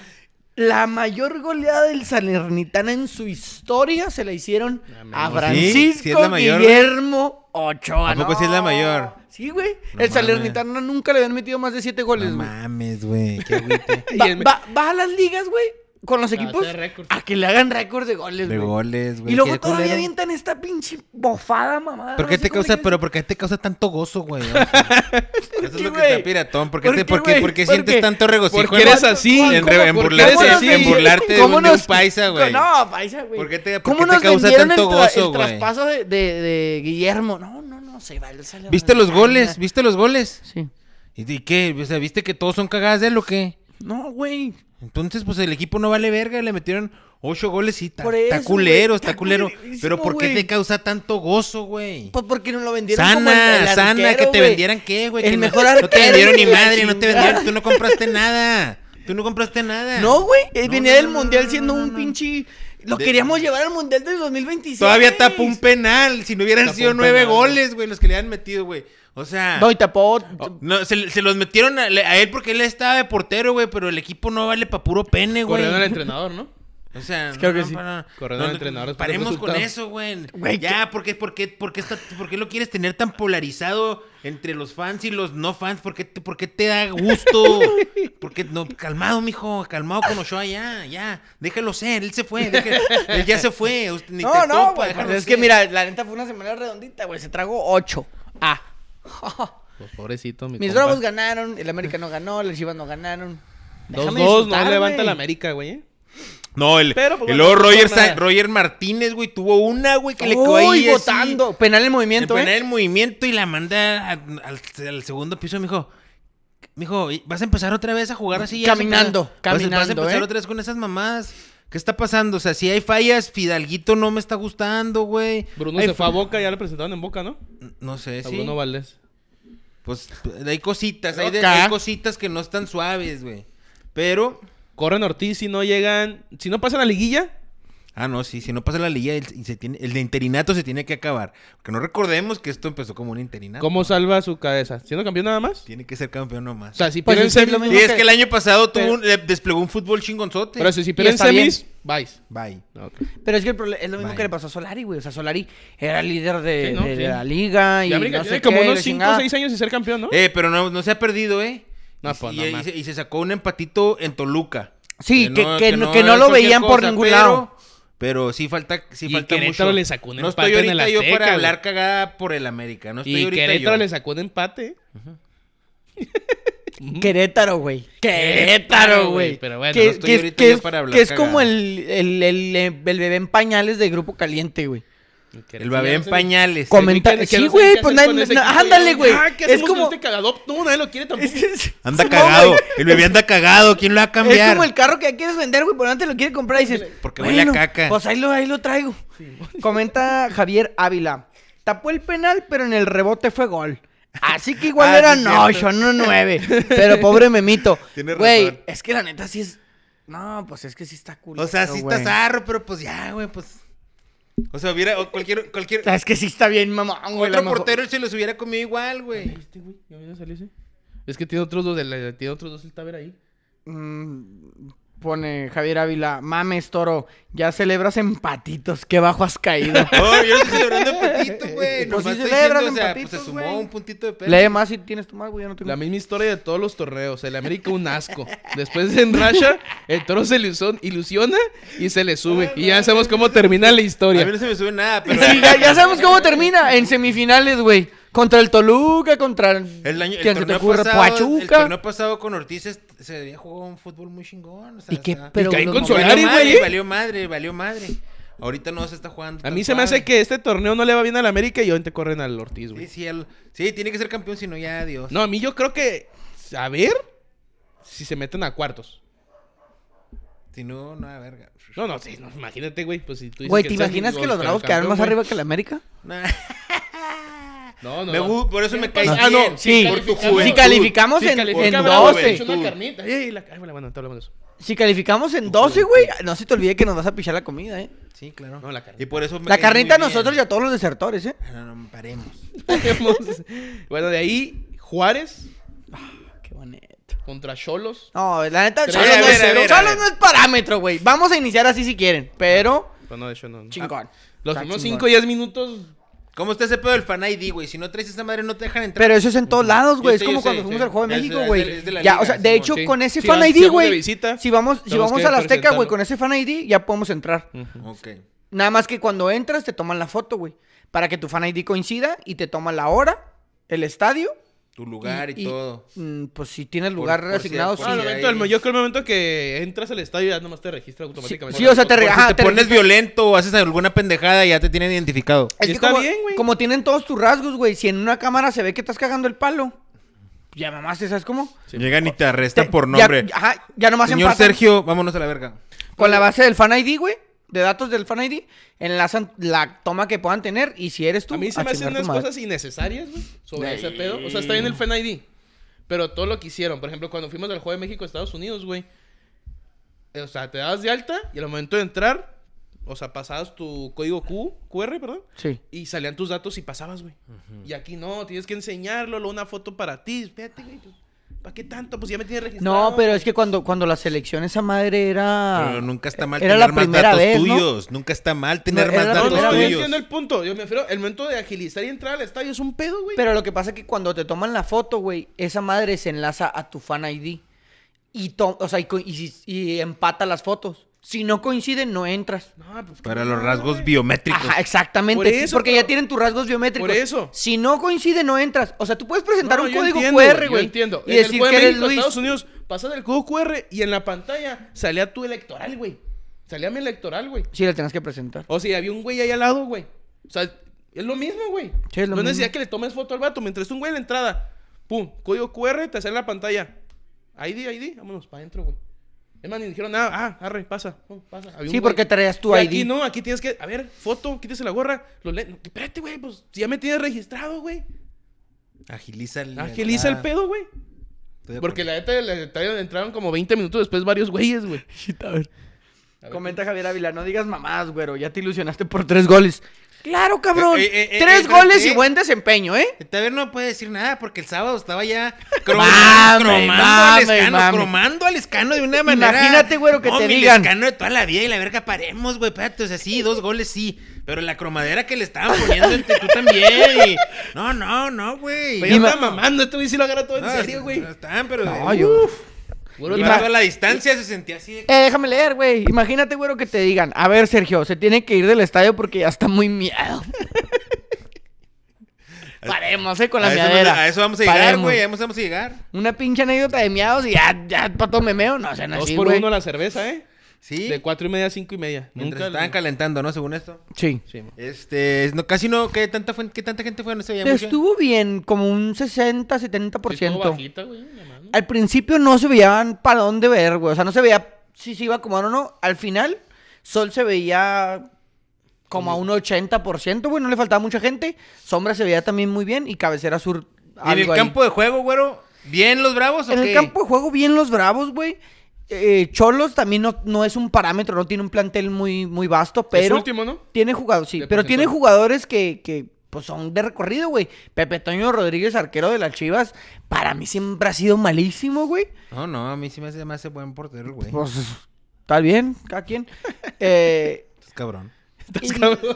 La mayor goleada del Salernitana en su historia se la hicieron Ah, no, a sí, Francisco sí es la mayor, Guillermo Ochoa. ¿A poco sí es la mayor? Sí, güey. No el mames. Salernitana nunca le habían metido más de siete goles, No güey. mames, güey. Qué agüite. Y Va, el- va- va a las ligas, güey, con los hacer equipos récords. a que le hagan récords de goles, De güey. goles, güey. y luego qué todavía culero. avientan esta pinche bofada, mamada. ¿Por no qué sé te cómo le causa, quieren- pero por qué te causa tanto *laughs* gozo, güey? O sea, Eso es qué, lo que güey? está piratón. ¿Por qué, ¿Por te, qué, por qué, güey? por qué ¿Por sientes qué? tanto regocijo? Porque eres así. En, re- en ¿Por qué burlarse, ¿Cómo eres así? en burlarte de un, ¿Cómo de *laughs* un nos- paisa, güey. No, paisa, güey. ¿Por qué te- por ¿Cómo qué te nos causa vendieron tanto el tra- gozo, El güey? traspaso de, de- de Guillermo. No, no, no, se va el Salernitana. ¿Viste los goles? ¿Viste los goles? Sí. ¿Y, y qué? O sea, ¿viste que todos son cagadas de él o qué? No, güey. Entonces, pues el equipo no vale verga. Le metieron ocho goles y está Por eso, está culero, güey, está está culero. culerísimo, Pero ¿por qué güey. te causa tanto gozo, güey? Pues porque nos lo vendieron como el- Sana, el sana, arquero, que te güey. vendieran qué, güey. El que no- mejor No te arquero, vendieron ni güey, la madre, no te chingada. vendieron, tú no compraste nada. Tú no compraste nada. No, güey. eh, No, venía no, del no, mundial no, siendo no, un no. pinche. Lo De- queríamos llevar al mundial del 2026. Todavía tapó un penal. Si no hubieran Tapó sido un nueve penal. goles, güey, los que le han metido, güey. O sea. No, y Oh, tapó. No, se, se los metieron a, a él porque él estaba de portero, güey, pero el equipo no vale pa' puro pene, güey. Corriendo al entrenador, ¿no? O sea, Creo que no, sí. para- Corredor de entrenadores para Paremos el con resultado. eso, güey. Güey, Ya, ¿por qué, por, qué, por, qué está- por qué lo quieres tener tan polarizado entre los fans y los no fans? ¿Por qué te, por qué te *laughs* da gusto? Porque no, calmado, mijo, calmado con Ochoa, ya, ya. Déjalo ser, él *laughs* se fue, deja- él ya se fue. usted Ni No, te no, topa, güey. déjalo pues Es ser. que mira, la neta fue una semana redondita, güey. Se tragó 8. Ah. Pues pobrecito, mi Mis compa. Bravos ganaron, el América no ganó, las Chivas no ganaron. Déjame 2-2, no disfrutar, levanta güey. la América, güey. ¿eh? No, el, Pero, pues, el bueno, luego no Roger, pasó nada. Sa- Roger Martínez, güey, tuvo una, güey, que le quedó Uy, ahí así. botando. Penal en En movimiento, poner ¿eh? el movimiento y la manda a- al, al segundo piso, mijo. Mijo, ¿y ¿vas a empezar otra vez a jugar así? ¿Ya vas a Caminando, empezar- vas a- ¿Vas a caminando, empezar ¿eh? otra vez con esas mamadas? ¿Qué está pasando? O sea, si hay fallas, Fidalguito no me está gustando, güey. Bruno Hay se fue a fa- Boca, ya le presentaron en Boca, ¿no? No sé, A Eh, sí. Bruno Valdés. Pues hay cositas, hay, de- Acá. hay cositas que no están suaves, güey. Pero... Corren Ortiz si no llegan. Si no pasan a liguilla, Ah, no, sí, si no pasa la liga, el, y se tiene- el de interinato se tiene que acabar. Porque no recordemos que esto empezó como un interinato. ¿cómo salva su cabeza? ¿Siendo campeón nada más? Tiene que ser campeón nomás. O sea, si Pues pierden es que es semis. lo Sí, mismo es que el año pasado tuvo Pero- un- le desplegó un fútbol chingonzote. Pero si, si Y pierden está semis, vais. Bye. Ok. Pero es que el prole- es lo mismo Vaya. que le pasó a Solari, güey. O sea, Solari era líder de, Sí, ¿no? de Sí. la liga y, Y América no sé tiene como qué, la unos 5 o chingada. 6 años de ser campeón, ¿no? Eh, pero no, no se ha perdido, ¿eh? No, y, pues, y- no y más. se, y se sacó un empatito en Toluca. Sí, que- que no- que no es lo cualquier veían por ningún pero- lado. Pero sí falta, sí Y falta Querétaro mucho. le sacó un no empate estoy en ahorita el yo Azteca, para güey. hablar cagada por el América. No estoy y ahorita Querétaro yo. le sacó un empate. Querétaro, güey. Querétaro, Querétaro, güey. güey. Pero bueno, que, no estoy que es- ahorita que yo es, para hablar que es cagada. como el, el, el, el bebé en pañales de Grupo Caliente, güey. El babé en pañales. eh. Comenta... Que no Sí, sé güey, qué pues hacer nadie... con ese no, equipo, ándale, ya, güey. ah, ¿qué Es hacemos con como... este cagadop? No, nadie lo quiere tampoco. es que es- *laughs* Anda Simón, cagado. güey. El bebé anda cagado. ¿Quién lo va a cambiar? Es como el carro que ya quieres vender, güey, pero antes lo quiere comprar y dices, Porque huele a caca. Pues ahí lo, ahí lo traigo. Comenta Javier Ávila. Tapó el penal, pero en el rebote fue gol. Así que igual Ah, era sí, no, cierto. yo no *laughs* nueve. Pero pobre memito. Tienes Güey, razón. es que la neta sí es. No, pues es que sí está culero. O sea, sí está güey. zarro, pero pues ya, güey, pues. O sea, hubiera o cualquier, cualquier O sea, es que sí está bien, mamá. güey, la otro mejor- portero se los hubiera comido igual, güey. Este güey, ya viene a salirse. Es que tiene otros dos, de la- tiene otros dos el Taber ahí. Mm, pone Javier Ávila. Mames, toro. Ya celebras empatitos. Qué bajo has *laughs* caído. No, Oh, yo no estoy celebrando un patito, *laughs* güey. Pues Nomás sí estoy celebran diciendo, o sea, pues empatitos, se sumó güey. un puntito de pedo. Lee más si tienes tu más, güey. Yo no tengo. La misma historia de todos los torneos. El América un asco. Después en Russia, el toro se ilusión- ilusiona y se le sube. Y ya sabemos cómo termina la A mí historia. no se me sube nada, pero. *laughs* Sí, ya, ya sabemos cómo termina. En semifinales, güey. Contra el Toluca, contra el. El, año, el ¿Quién se te torneo ocurre? pasado, el Pachuca. torneo pasado con Ortiz es- se había jugado un fútbol muy chingón. O sea, ¿Y qué está- pedo? Y caí los con movió. Solari, valió, madre, güey. ¿eh? valió madre, valió madre. Ahorita no se está jugando. A tan mí se me hace suave. que este torneo no le va bien al América y hoy te corren al Ortiz, Sí, güey. sí, el- sí, tiene que ser campeón, si no, ya adiós. No, a mí yo creo que. A ver si se meten a cuartos. Si no, no, a verga. No, no, sí, no, imagínate, güey. Pues si tú dices Güey, que ¿te el Celtic imaginas que gol- los Bravos campeón, quedaron más güey? arriba que la América? No. No, no. Me no. gu- por eso me caes Ah, no, bien. sí. Por tu Sí, Si juventud. calificamos en, en califica, bravo, güey, 12. es una carnita. Ey, la- Ay, güey, la mano, te hablamos de eso. *laughs* Si calificamos en 12, güey, no se te olvide que nos vas a pichar la comida, ¿eh? Sí, claro. No, la carnita. Y por eso me La caes carnita a muy bien. nosotros y a todos los desertores, ¿eh? No, no, paremos. Tenemos- bueno, de ahí, Juárez. Qué bonito. contra Cholos. No, la neta, Tres Cholos a no, ver, es- a ver, a Cholos ver. no es parámetro, güey. Vamos a iniciar así si quieren, pero Pero Pues no, de hecho no. no. chingón. Los Está primeros chingón. 5 o 10 minutos. ¿Cómo está ese pedo del fan ID, güey? Si no traes esa madre, no te dejan entrar. Pero eso es en todos lados, güey. Yo Es sé, como yo cuando sé, fuimos sí. al Juego de Es de- México, es de- güey. es de la Ya, liga, o sea, de Simón, hecho, sí. con ese Si Fan vas- si ID, vamos de güey. visita, Si vamos, si tenemos vamos que al Azteca, güey, presentarlo. con ese Fan ID ya podemos entrar. Ok. Nada más que cuando entras te toman la foto, güey. Para que tu Fan ID coincida y te toman la hora, el estadio. Tu lugar y, y- todo. mm, Pues si tienes Por- lugar por asignado, si- Ah, por el sí. si- momento, del- yo creo el momento que entras al estadio ya nomás te registra automáticamente. sí, o sea, te re- Por ajá, si te te pones registras- violento o haces alguna pendejada, ya te tienen identificado. Es que Está como, bien, güey. como tienen todos tus rasgos, güey. Si en una cámara se ve que estás cagando el palo, ya mamaste, ¿sabes cómo? Sí. Llegan y te arrestan Te- por ya- nombre. Ya, ajá, ya nomás Señor empatan Sergio, vámonos a la verga. Con la base del Fan ID, güey. De datos del Fan ID. Enlazan la toma que puedan tener. Y si eres Ah, tú, A mí se a me hacen chingar tu unas madre. cosas innecesarias, güey, sobre ese pedo. O sea, está bien el Fan ID, pero todo lo que hicieron. Por ejemplo, cuando fuimos al Juego de México, Estados Unidos, güey. eh, O sea, te dabas de alta y al momento de entrar, o sea, pasabas tu código Q, QR, perdón, Sí. y salían tus datos y pasabas, güey. Y aquí no, tienes que enseñarlo, luego una foto para ti. Espérate, güey. pues, ¿Para qué tanto? Pues ya me tienes registrado. No, pero es que cuando, cuando la selección esa madre era. Pero nunca está mal Ah. Era tener la más primera datos vez, ¿no? tuyos. Nunca está mal tener era más la No, datos no, primera no vez. tuyos. entiendo el punto. Yo me refiero, el momento de agilizar y entrar al estadio es un pedo, güey. Pero lo que pasa es que cuando te toman la foto, güey, esa madre se enlaza a tu fan ID. Y, to- o sea, y, co- y si- y empata las fotos. Si no coinciden, no entras. No, pues, qué Para los mamada, rasgos güey. biométricos. Ajá, exactamente. Por eso, porque pero- ya tienen tus rasgos biométricos. Por eso. Si no coincide, no entras. O sea, tú puedes presentar No, un yo código entiendo, QR, yo güey. entiendo. Y En el decir Juego que de eres México, Luis. Estados Unidos, pasas el código QR y en la pantalla salía tu electoral, güey. Salía mi electoral, güey. Sí, le tienes que presentar. O sea, había un güey ahí al lado, güey. O sea, es lo mismo, güey. Sí, es lo no mismo. necesidad que le tomes foto al vato. Mientras un güey en la entrada, pum, código QR, te sale en la pantalla. ID, ID, vámonos para adentro, güey. Es más, ni dijeron nada. Ah, arre, pasa, pum, pasa. Había un Sí, güey. porque traías tu Y ID. Aquí no, *laughs* aquí tienes que. A ver, foto, quítese la gorra. Los lentes. Espérate, güey, pues si ya me tienes registrado, güey. Agiliza el... Agiliza el ah, pedo, güey. estoy de Porque acuerdo. la neta del estadio entraron como 20 minutos después varios güeyes, güey. A ver, *laughs* Comenta Javier Ávila, no digas mamás, güero. Ya te ilusionaste por tres goles. Claro, cabrón. Eh, eh, eh, tres eh, goles eh. y buen desempeño, ¿eh? El taberno no puede decir nada porque el sábado estaba *laughs* ya crom- Mame, cromando al mame, escano, mame. cromando al escano de una manera. Imagínate, güero, que te mi digan. escano de toda la vida y la verga paremos, güey, espérate, o sea, sí, dos goles sí, pero la cromadera que le estaban poniendo entre tú *laughs* también. y- No, no, no, güey. Pero ya Y ma- está mamando, este güey sí lo agarra todo en No, serio, güey. No están, pero Ay, uf. Güero, y la- más a la distancia se sentía así de Eh, déjame leer, güey. Imagínate, güero, que te digan, a ver, Sergio, se tiene que ir del estadio porque ya está muy *laughs* miado. Paremos, eh, con la a, eso no- miadera. a eso vamos a llegar, Paremos. güey, a eso vamos a llegar. Una pinche anécdota de miados y ya, ya, pato memeo. No, sean Dos así, por güey. uno la cerveza, ¿eh? Sí. De cuatro y media a cinco y media. Mientras Nunca estaban calentando, ¿no? Según esto. Sí. Sí, man. Este, es- no, casi no, ¿qué tanta, fue, qué tanta gente fue? No se veía mucho. Estuvo bien, como un 60, Sí, estuvo 70%. bajita, güey, la mano. Al principio no se veían para dónde ver, güey. O sea, no se veía si se iba a acomodar o no. Al final, Sol se veía como a un 80%, güey. No le faltaba mucha gente. Sombra se veía también muy bien. Y Cabecera Sur, ¿Y en el algo ahí. campo de juego, güero? ¿Bien los bravos o En qué? el campo de juego, bien los bravos, güey. Eh, Cholos también no, no es un parámetro, no tiene un plantel muy, muy vasto, pero... Es *laughs* último, ¿no? Tiene jugadores, sí, De pero tiene porcentaje. jugadores que, que pues, son de recorrido, güey. Pepe Toño Rodríguez, arquero de las Chivas, para mí siempre ha sido malísimo, güey. No, no, a mí sí me hace, me hace buen portero el güey. Pues, está bien, cada quien. Eh, Estás cabrón. Estás y- cabrón.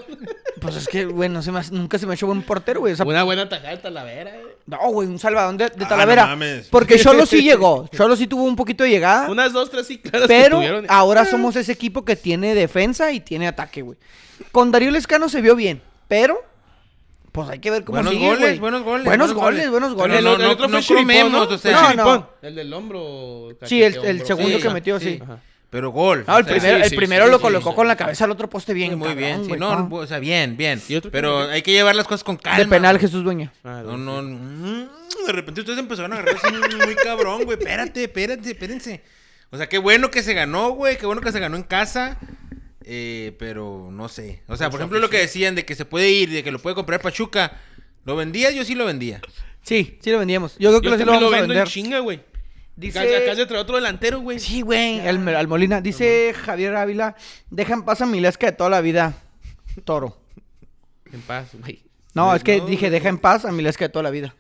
pues es que, güey, no se me ha- nunca se me ha hecho buen portero, güey. O sea, Una buena tajada de Talavera, eh. no, güey, un salvadón de, de Ah, Talavera. no mames. Porque Cholo sí llegó, Cholo sí tuvo un poquito de llegada. Unas dos, tres sí claras que Ah. Pero tuvieron. ahora somos ese equipo que tiene defensa y tiene ataque, güey. Con Darío Lescano se vio bien, pero pues hay que ver cómo Buenos sigue, goles, güey. buenos goles, Buenos buenos goles, goles. buenos Pero goles. el, no, el no, otro no fue Chiripón, cromemos, ¿no? o Fue sea. No, Chiripón. no. El del hombro. Sí, el- cachete, el hombro. segundo que metió, sí. Ajá. Pero gol. No, el o sea, primero, sí, el sí, primero sí, lo sí, colocó sí. con la cabeza al otro poste bien, sí, muy cabrón, bien, sí, güey, no, ¿no? o sea, bien, bien. ¿Y otro Pero penal? hay que llevar las cosas con calma. De penal, güey. Jesús Dueña. Ah, No, no, mm, de repente ustedes empezaron a agarrar así muy cabrón, güey. Espérate, espérate, espérense. O sea, qué bueno que se ganó, güey. Qué bueno que se ganó en casa. Eh, pero Pues no sé. O sea, por ejemplo, lo que decían de que se puede ir, de que lo puede comprar Pachuca. ¿Lo vendía? Yo sí lo vendía. Sí, sí lo vendíamos. Yo creo que Yo sí también lo lo vamos a vendo en vender. chinga, güey. Dice- Acá acá se trae otro delantero, güey. Sí, güey, al, al Molina. Dice Javier Ávila, dejan paz a mi Lesca de toda la vida, toro. En paz, güey. No, es que Pues No, dije, güey. Ah. deja en paz a mi Lesca de toda la vida.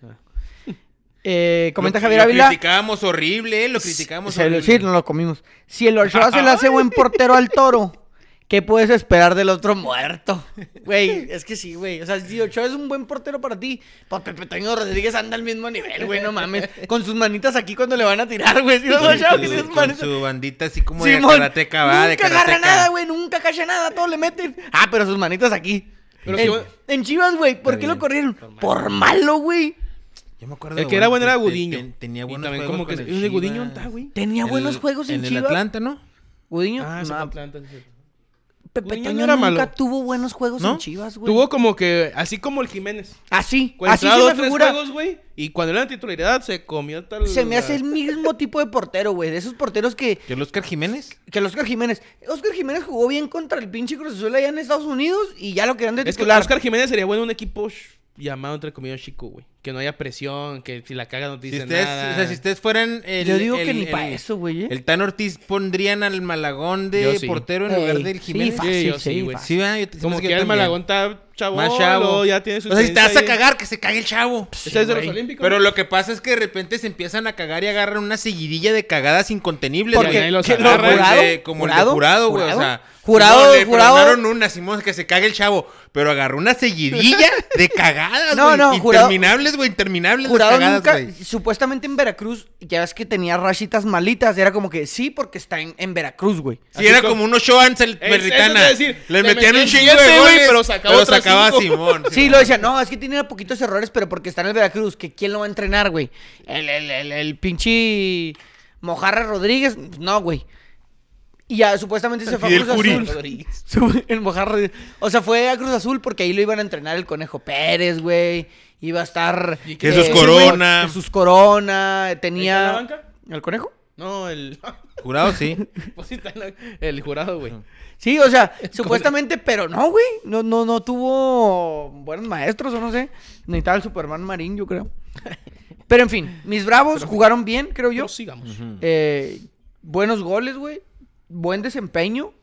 Eh, comenta Lo- Javier Ávila. Lo criticamos horrible, eh, lo criticamos Se lo- horrible. Sí, no lo comimos. Si el Ochoa se le hace *laughs* buen portero al toro, ¿qué puedes esperar del otro muerto? Güey, es que sí, güey. O sea, si Ochoa es un buen portero para ti, pues Pepe Toño Rodríguez anda al mismo nivel, güey, no mames. Con sus manitas aquí cuando le van a tirar, güey. Si no, Con Ochoa, que su- sus con manitas- su bandita así como Simón, de karateca, va, de Nunca agarra karateca. nada, güey. Nunca cacha nada. Todo le meten. Ah, pero sus manitas aquí. Pero en, sí, güey. en Chivas, güey. ¿Por Está qué bien. lo corrieron? Por malo, güey. Yo me acuerdo El de que era buenos- bueno era te- te- Gudiño. ten- tenía Y buenos también juegos como que con el el de Gudiño Chivas. ¿dónde está, güey. Tenía En buenos el- juegos en, En el Chivas. Atlanta, ¿no? Gudiño, Ah, no, no. Atlanta, sí, cierto. Pepe Gudiño Toño no era nunca malo. tuvo buenos juegos ¿No? en Chivas, güey. Tuvo como que, así como el Jiménez. Así, así Entraba se dos, me tres figura. juegos, güey. Y cuando era la titularidad se comió tal. Se me hace el mismo tipo de portero, güey. De esos porteros que, ¿Que el Oscar Jiménez? que el Oscar Jiménez. Oscar Jiménez jugó bien contra el pinche Cruz Azul allá en Estados Unidos y ya lo querían de Es que titular. Oscar Jiménez sería bueno en un equipo sh- llamado entre comillas chico, güey. Que no haya presión, que si la caga no te Si dicen ustedes, nada. o sea, si ustedes fueran el, Yo digo el- que ni el- para eso, güey. ¿eh? El Tan Ortiz pondrían al Malagón de Yo sí. portero en lugar Ey, del sí, Jiménez. fácil, Sí, yo sí, sí, güey. fácil. Sí, ¿verdad? Yo- se me Como hace que ya el también. Malagón está chavo, Más chavo. ya tiene su o sea, si te vas experiencia a ahí. cagar, que se cague el chavo. Ese es de los güey. Olímpicos. Pero ¿no? lo que pasa es que de repente se empiezan a cagar y agarran una seguidilla de cagadas incontenibles. Porque- güey. ahí los que Como agarra, el jurado, de- como el de jurado, güey. O sea, jurado, no, le jurado. perdonaron una, Simón, que se cague el chavo. Pero agarró una seguidilla de *laughs* cagadas, No, güey. no, jurado- interminables, güey, interminables las Jurado cagadas, nunca, güey. supuestamente en Veracruz, ya ves que tenía rachitas malitas, era como que sí, porque está en, en Veracruz, güey. Sí, era Así como unos Shoans el Ey, eso te iba a Berritana. decir, Le le metían un metían chingo siete, de güey, goles, pero sacaba otras sacaba cinco. Simón. *laughs* Sí, lo decía, no, es que tiene poquitos errores, pero porque está en el Veracruz, que quién lo va a entrenar, güey. El, el, el, el pinche Mojarra Rodríguez, no, güey. Y ya supuestamente se fue a Fidel Cruz Curi. Azul. Su- El Mojarra. Rodríguez. O sea, fue a Cruz Azul porque ahí lo iban a entrenar el Conejo Pérez, güey. Iba a estar. Y Jesús ese Corona. güey, Jesús Corona. ¿Está en la Tenía. banca? ¿El Conejo? No, el. *laughs* *laughs* Jurado, sí. pues sí, está en la- el jurado, güey. Sí, o sea, supuestamente, pero no, güey. No, no, no tuvo buenos maestros o no sé. Necesitaba el Superman Marín, yo *laughs* creo. Pero en fin, mis bravos jugaron bien, creo yo. Pero sigamos. Eh, buenos goles, güey. Buen desempeño.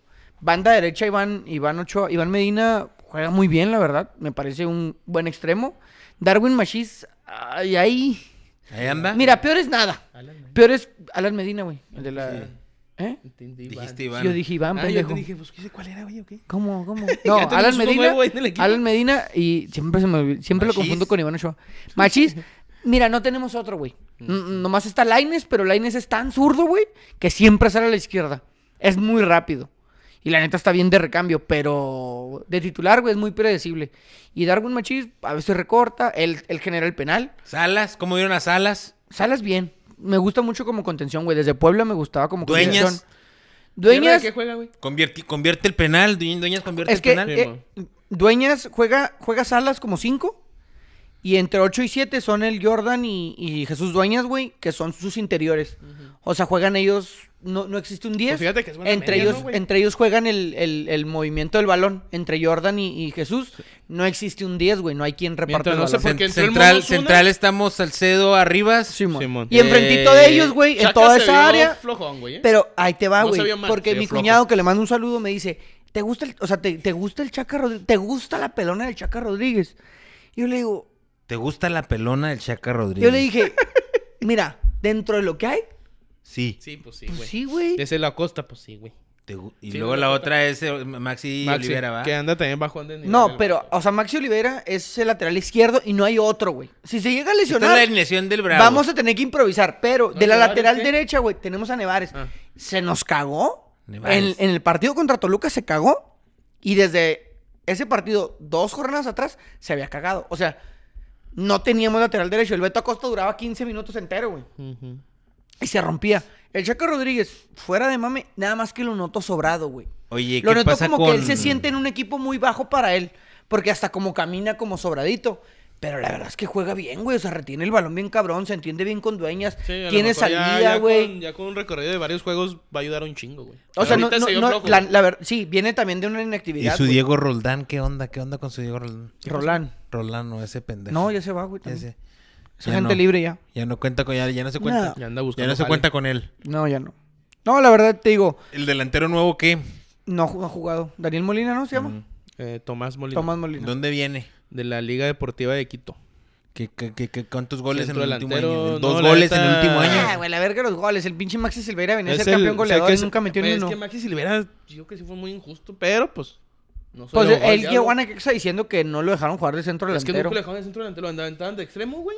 Banda derecha, Iván, Iván Ochoa. Iván Medina juega muy bien, la verdad. Me parece un buen extremo. Darwin Machis, ay, ay. Ahí Ah. anda. Mira, peor es nada. Alan, ¿no? Peor es Alan Medina, güey. El de la. ¿Eh? Entendí, Dijiste Iván. Iván. Yo dije Iván, Ah, yo pendejo. te dije, pues, ¿qué sé cuál era, güey, o qué? ¿Cómo? *laughs* ¿Cómo? No, tenemos Alan uno Medina. nuevo ahí en el equipo. Alan Medina y siempre se me olvida- siempre lo Machís. confundo con Iván Ochoa. *laughs* Machis, mira, no tenemos otro, güey. Mm. N- Nomás está Laines, pero Laines es tan zurdo, güey, que siempre sale a la izquierda. Es muy rápido. Y la neta está bien de recambio, pero de titular, güey, es muy predecible. Y Darwin Machis a veces recorta, el, el general penal. Salas, ¿cómo vieron a Salas? Salas bien. Me gusta mucho como contención, güey. Desde Puebla me gustaba como Dueñas. contención. Dueñas. ¿Tierra de qué juega, güey? Convierte, convierte el penal, Dueñas, Dueñas convierte Es el que penal. eh, Dueñas juega, juega Salas como 5 y entre 8 y 7 son el Jordan y, y Jesús Dueñas, güey, que son sus interiores. O sea, juegan ellos, no, no existe un 10. Pues fíjate que es buena entre, media, ellos, ¿no, güey? entre ellos juegan el, el- el movimiento del balón, entre Jordan y, y Jesús. No existe un 10, güey, no hay quien reparte Mientras el no se balón. Cen- porque entró el central, Mono Zuna. central estamos Salcedo Arribas. Simón. Simón. Y enfrentito Eh, de ellos, güey, en Chaca toda se vio esa área. flojón, güey, ¿eh? Pero ahí te va, No se güey. vio mal, porque se vio mi flojo. cuñado que le mando un saludo me dice, ¿te gusta el, o sea, te, te gusta el Chaca Rodríguez? ¿Te gusta la pelona del Chaca Rodríguez? Y yo le digo, ¿Te gusta la pelona del Chaca Rodríguez? yo le *laughs* dije, mira, dentro de lo que hay, Sí. Sí, pues sí, pues güey. sí, güey. Desde la costa, pues sí, güey. Te gu- y Sí, luego me la gusta. otra es eh, Maxi, Maxi, Olivera, ¿va? Que anda también bajo de nivel, No, el pero, vato. o sea, Maxi Olivera es el lateral izquierdo y no hay otro, güey. Si se llega a Esta es la lesionar, alineación del Bravo. vamos a tener que improvisar. Pero de la Nevares, lateral ¿qué? derecha, güey, tenemos a Nevares. Ah. Se nos cagó. En, Nevares. en el partido contra Toluca se cagó. Y desde ese partido, dos jornadas atrás, se había cagado. O sea, no teníamos lateral derecho. El Beto Acosta duraba 15 minutos entero, güey. Ujú. Y se rompía. El Chaco Rodríguez, fuera de mame, nada más que lo noto sobrado, güey. Oye, Lo ¿qué noto pasa como que él con- se siente en un equipo muy bajo para él. Porque hasta como camina como sobradito. Pero la verdad es que juega bien, güey. O sea, retiene el balón bien cabrón, se entiende bien con dueñas. Sí, a lo tiene mejor ya- salida, ya güey. con- Ya, con un recorrido de varios juegos va a ayudar un chingo, güey. O sea, no, Ahorita no, se vio no, flojo, la, güey. la ver- sí, viene también de una ¿Y inactividad. su güey. Diego Roldán? ¿Qué onda? ¿Qué onda con su Diego Roldán? Rolán. Roldán, no, ese pendejo. No, ya se va, güey. Ya también. sé. Es Ya gente no. libre ya. Ya no cuenta con... Ya, ya no se cuenta. No. Ya anda Ya buscando. no se jale. cuenta con él. No, ya no. No, la verdad te digo, ¿El delantero nuevo qué? no ju- no ha jugado. Daniel Mm. Molina, ¿no se llama? Eh, Tomás Molina. Tomás Molina. ¿Dónde viene? De la Liga Deportiva de Quito. ¿Qué, qué, qué- qué- cuántos goles en Centro el último delantero, año? no, Dos la goles en el neta- último Ah, año. güey, la verga los goles. El pinche Maxi Silveira venía a Es ser campeón el- goleador o sea, y que nunca metió ni Pues es, uno. Es que Maxi Silvera, yo que sí fue muy injusto, pero pues. No Pues solo gol, él ya, llegó a güey. Necaxa diciendo que no lo dejaron jugar de centro Es que nunca delantero. le dejaban el centro delantero, lo andaban andaban de extremo, güey.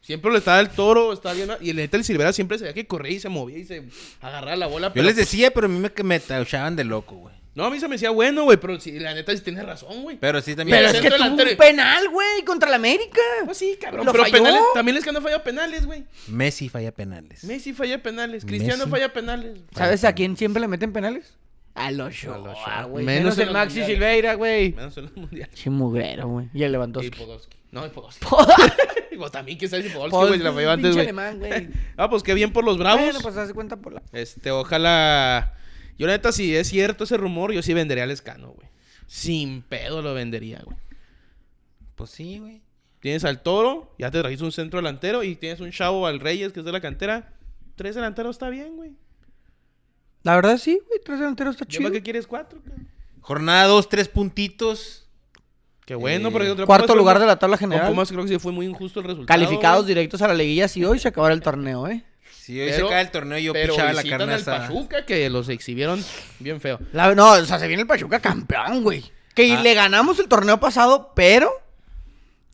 Siempre le estaba el toro, estaba bien. Y el neta, el Silvera siempre se veía que corría y se movía y se agarraba la bola. Yo pero, les pues, decía, pero a mí me, que me tachaban de loco, güey. No, a mí se me decía bueno, güey, pero si, la neta sí tiene razón, güey. Pero sí también. Pero el es que centro tuvo un delantero- penal, güey, contra la América. Pues sí, cabrón. ¿Lo Pero falló? penales, también es que no falla penales, güey. Messi falla penales. Messi falla penales, Cristiano Messi. falla penales. ¿Sabes a quién siempre le meten penales? A los Ochoa, Shoah, güey. Menos, menos en el los Maxi mundiales. Silveira, güey. Menos en los mundiales. Che mugrero, güey. Y el Y Lewandowski. Podolski. No, *laughs* y Podolski. *laughs* pues también que sea el Podolski, güey, se la falló antes, Pinche güey. alemán, *laughs* güey. Ah, pues qué bien por los bravos. Bueno, pues hace cuenta por la... Este, ojalá. Yo, la neta, si es cierto ese rumor, yo sí vendería al escano, güey. Sin pedo lo vendería, güey. Pues sí, güey. Tienes al toro, ya te trajiste un centro delantero y tienes un chavo al Reyes, que es de la cantera. Tres delanteros está bien, güey. La verdad sí, güey. Tres delanteros está ¿Yo chido. para qué quieres cuatro, cabrón? Jornada dos, tres puntitos. Qué bueno, Eh, porque contra Cuarto Pumas lugar creo- de la tabla Con general. Pumas creo que sí fue muy injusto el resultado. Calificados güey. directos a la liguilla. Si hoy se acabará el torneo, eh. Si hoy Pero- se cae el torneo, yo Pero pichaba la visitan carne al asada. Pachuca, que los exhibieron bien feo. La- no, o sea, se viene el Pachuca campeón, güey. Que Ah. le ganamos el torneo pasado, pero.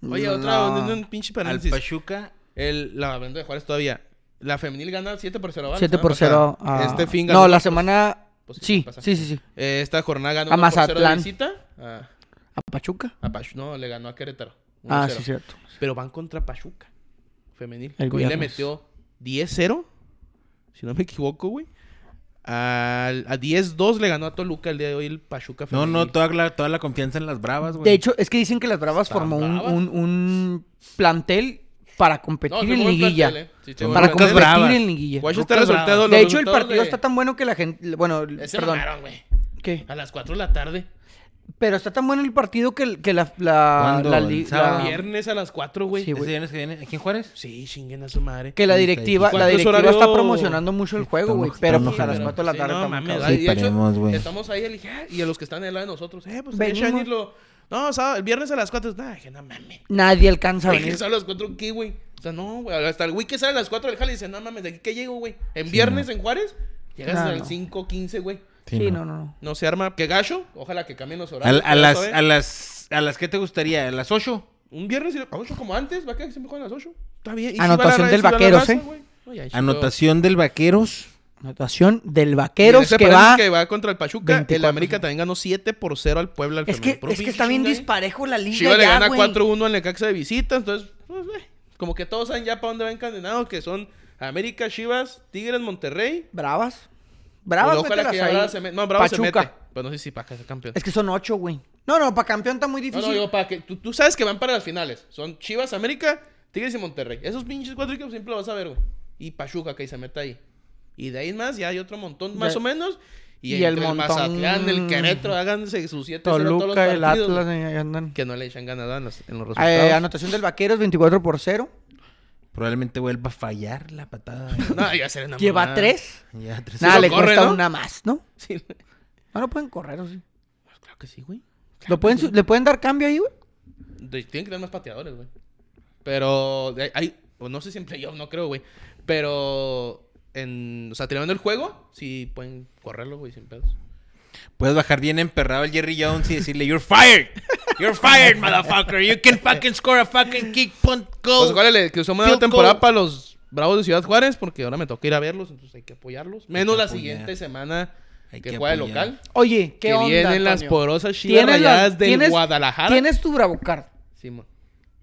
Oye, No. otra, un, un pinche Al paréntesis. Pachuca. El, la hablando de Juárez todavía. La femenil gana 7 por 0. 7 por 0. a- Este fin ganó. No, la semana. Pues sí, Sí, pasa. sí, sí, sí. Eh, esta jornada ganó A 1 por 0 de Mazatlán. visita. A, A Pachuca. a Pachu- No, le ganó a Querétaro. Ah, 1-0. sí, cierto. Pero van contra Pachuca. Femenil. El Hoy le viernes. metió 10-0. Si no me equivoco, güey. Al- a 10-2 le ganó a Toluca el día de hoy el Pachuca No, femenil. no, toda la, toda la confianza en las bravas, güey. De hecho, es que dicen que las Bravas Están formó un, bravas. un, un plantel para No, competir sí en fue buen liguilla. plantel, eh. Sí, sí, Para fue buen Para Rucas competir plantel. bravas. en liguilla. Guay, este Rucas resultado, bravas. los De hecho, el resultados partido de- está tan bueno que la gente. Bueno, Ese perdón. mamaron, güey. ¿Qué? A las 4 de la tarde. Pero está tan bueno el partido que, que la. la, ¿Cuándo? la, ¿El li- sábado? la- Viernes a las 4, güey. Ah. Sí, Sí, ¿Ese güey. viernes que viene? ¿Aquí en Juárez? chinguen a su madre. Que la Sí, directiva, sí. la ¿Cuánto es directiva horario? está promocionando mucho el juego, Estamos- güey. Pero estamos pues, a las ojeros. 4 de la Sí, tarde no, está muy mames, cabrón. ay, de hecho, paremos, güey. Estamos ahí el ah, y a los que están al lado de nosotros. Eh, pues Venimos. dejan irlo. No, sábado, el viernes a las 4. Nah, dije, no mames. Nadie alcanza a Güey, venir. ¿quién sabe a las 4 qué, güey? O sea, no, güey. Hasta el güey que sale a las 4 del jale dice, no mames, ¿de aquí que llego, güey? En viernes en Juárez, llegas Ah, al no. 5.15, güey. Sí, no, no, no. No se arma. ¿Qué gacho? Ojalá que cambien los A, horarios. a ya las, saben. a las, a las, ¿qué te gustaría? ¿A las ocho? Un viernes y a 8 como antes. Va a quedar que siempre juegan a las 8. Está bien. ¿Y si va Anotación la- del si va la Vaqueros, raza, ¿eh? güey? Ay, Ah, ay, Anotación del Vaqueros. Anotación del Y en Vaqueros ese que paréntesis va. que va contra el Pachuca. 24. el América también ganó 7 por 0 al Puebla. al Es femenil. que, Puro es que pinche está bien chinga, ¿eh? disparejo la liga. Chivas le ya, gana güey. 4-1 al Necaxa de visita. Entonces, pues, güey, como que todos saben ya para dónde va encadenado, que son América, Chivas, Tigres, Monterrey. Bravas. Pues, Bravas, ojalá que mételas ahí. Bravas se meta. No, Bravas se Pachuca. mete. Pues no sé si Paca es el campeón. Es que son 8, güey. No, no, para campeón está muy No, difícil. no, digo, para que tú, tú sabes que van para las finales. Son Chivas, América, Tigres y Monterrey. Esos pinches cuatro equipos siempre lo vas a ver, güey. Y Pachuca que ahí se mete ahí. Y de ahí en más, ya hay otro montón más Ya. o menos. Y Y, el entre montón. Mazatlán, el Querétaro, háganse sus siete cero todos los Toluca, el partidos, Atlas, eh. güey. ahí andan. Que no le echan ganas en los, en los Eh, resultados. anotación del Vaqueros, 24 por 0. Probablemente vuelva a fallar la *laughs* patada. no, ya será una Lleva mamada. 3. Ya, tres- Nada, lo le corre, cuesta ¿no? una más, ¿no? Sí. *laughs* No, no pueden correr, o sí. Pues claro que sí, güey. ¿Lo pueden, su- ¿Le pueden dar cambio ahí, güey? De- Tienen que tener más pateadores, güey. Pero de- hay, o no sé si en playoff, no creo, güey. Pero en, o sea, terminando el juego, sí pueden correrlo, güey, sin pedos. Puedes bajar bien emperrado al Jerry Jones y decirle, You're fired. You're fired, motherfucker. You can fucking score a fucking kick punt Pues goal. igual le cruzamos una Field temporada goal. para los Bravos de Ciudad Juárez, porque ahora me toca ir a verlos, entonces hay que apoyarlos. Menos que la apoyar. siguiente semana Hay que, que juega de apoyar. local. Oye, ¿qué que onda, vienen las Antonio? porosas chivas rayadas las- del tienes- Guadalajara. Tienes tu BravoCard. Simón.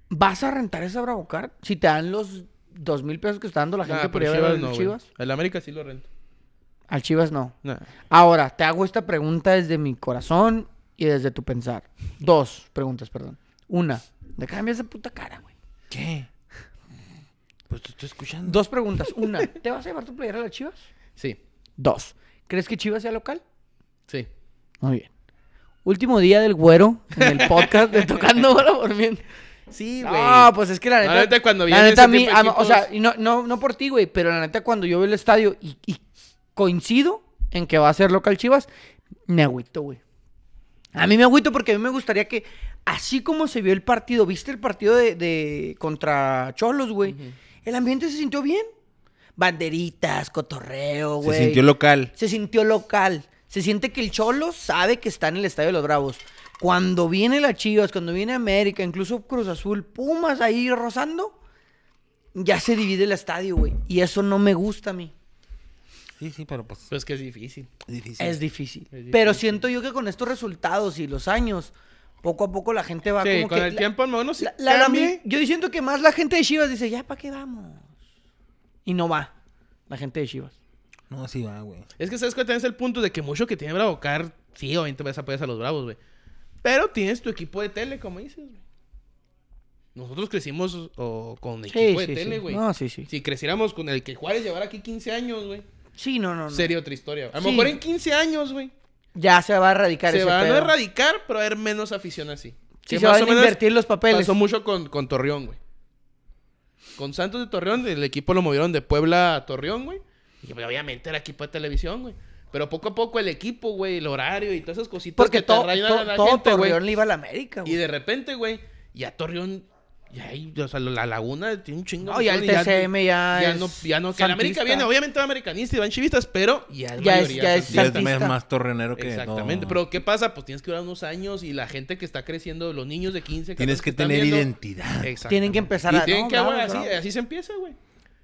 ¿Vas a rentar esa BravoCard? Si te dan los dos mil pesos que está dando la gente Nah, por Ah, pero ir a ver Chivas al no, güey. Chivas. El América sí lo rento. Al Chivas no. Nah. Ahora, te hago esta pregunta desde mi corazón y desde tu pensar. Dos preguntas, perdón. Una, me cambias de puta cara, güey. ¿Qué? Pues te estoy escuchando. Dos preguntas. Una, ¿te vas a llevar tu playera a las Chivas? Sí, Dos, ¿crees que Chivas sea local? sí. Muy bien. Último día del güero en el podcast de Tocando Bola por Mí. Sí, güey. No, pues es que la La neta. neta, cuando la vienen neta ese a mí, tipo de a mí- o sea, equipos- y no, no, no por ti, güey, pero la neta, cuando yo veo el estadio y, y coincido en que va a ser local Chivas, me agüito, güey. A mí me agüito porque a mí me gustaría que, así como se vio el partido, ¿viste el partido de, de- contra Cholos, güey? El ambiente se sintió bien. Banderitas, cotorreo, Se güey. sintió local. Se sintió local. Se siente que el Cholo sabe que está en el Estadio de los Bravos. Cuando viene la Chivas, cuando viene América, incluso Cruz Azul, Pumas ahí rozando, ya se divide el estadio, güey. Y eso no me gusta a mí. Sí, sí, pero pues Pues que es difícil. difícil. Es difícil. difícil. Pero siento yo que con estos resultados y los años, poco a poco la gente va Sí, Ah, como con que el la- tiempo, hermano, sí la- la- la- cambia. yo siento que más la gente de Chivas dice, ya, ¿para qué vamos? Y no va la gente de Chivas. No, sí va, güey. Es que sabes cuál también es el punto de que mucho que tiene Bravocar, sí, obviamente vas a apoyar a los Bravos, güey. Pero tienes tu equipo de tele, como dices, güey. Nosotros crecimos o, con Sí, equipo de sí, tele, sí. güey. No, sí, sí. Si creciéramos con el que Juárez llevara aquí 15 años, güey. Sí, no, no, no. Sería otra historia. A lo Sí. mejor en 15 años, güey. Ya se va a erradicar Se ese va a no pedo. erradicar, pero va a haber menos afición así. Sí, Que se más van o a menos invertir los papeles. Pasó mucho con, con Torreón, güey. Con Santos de Torreón, el equipo lo movieron de Puebla a Torreón, güey. Y pues, obviamente era equipo de televisión, güey. Pero poco a poco el equipo, güey, el horario y todas esas cositas Porque que te todo, arraigan a todo, la todo gente, güey. Torreón le iba a la América, Y güey. de repente, güey, ya Torreón, ya hay, o sea, la laguna tiene un chingo. No, ya el y TCM ya es no, ya no, que el América santista. viene, obviamente va americanista y van chivistas, pero ya es Ya es- mayoría ya es santista. Ya es Santista. más, más torrenero que. Exactamente, no. pero ¿qué pasa? Pues tienes que durar unos años y la gente que está creciendo, los niños de 15, Tienes 14 que están tener viendo- identidad. Exactamente. Tienen que empezar a- Y tienen no, que, bravo, güey, así, bravo. así se empieza, güey.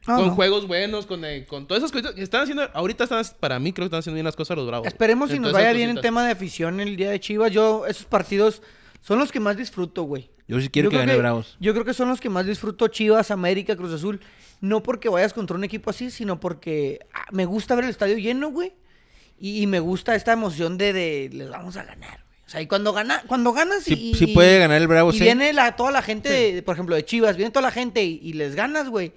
Ah, con no. juegos buenos, con, eh, con todas esas cosas que están haciendo. Ahorita están, para mí, creo que están haciendo bien las cosas los bravos. Esperemos si En nos todas vaya esas bien en cositas. tema de afición el día de Chivas. Yo, esos partidos son los que más disfruto, güey. Yo sí Yo quiero que creo gane Bravos. Yo creo que son los que más disfruto Chivas, América, Cruz Azul. No porque vayas contra un equipo así, sino porque ah, me gusta ver el estadio lleno, güey. Y, y me gusta esta emoción de, de les vamos a ganar, güey. O sea, y cuando, gana, cuando ganas y... Sí, sí puede ganar el Bravos, ¿eh? Y sí. viene la, toda la gente, de- por ejemplo, de Chivas, viene toda la gente y, y les ganas, güey.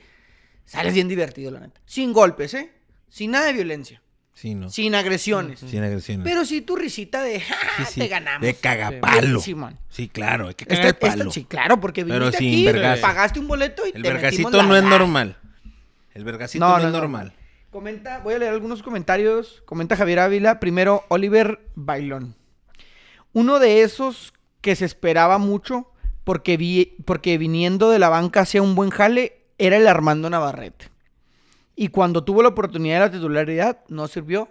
Sales bien divertido, la neta. Sin golpes, ¿eh? Sin nada de violencia. Sí, no. Sin agresiones. Sin agresiones. Pero sí tu risita de, ¡ja, ja, Sí, sí. te ganamos! De cagapalo. Simón. Sí, claro, hay que Esta- cagar esta- palo. sí, claro, porque Pero viniste sin aquí, vergazo. pagaste un boleto y El te vergacito metimos no la- es normal. El vergacito No, no, no, es no. normal. Comenta, voy a leer algunos comentarios. Comenta Javier Ávila. Primero, Oliver Bailón. Uno de esos que se esperaba mucho porque, vi, porque viniendo de la banca hacía un buen jale era el Armando Navarrete. Y cuando tuvo la oportunidad de la titularidad, no sirvió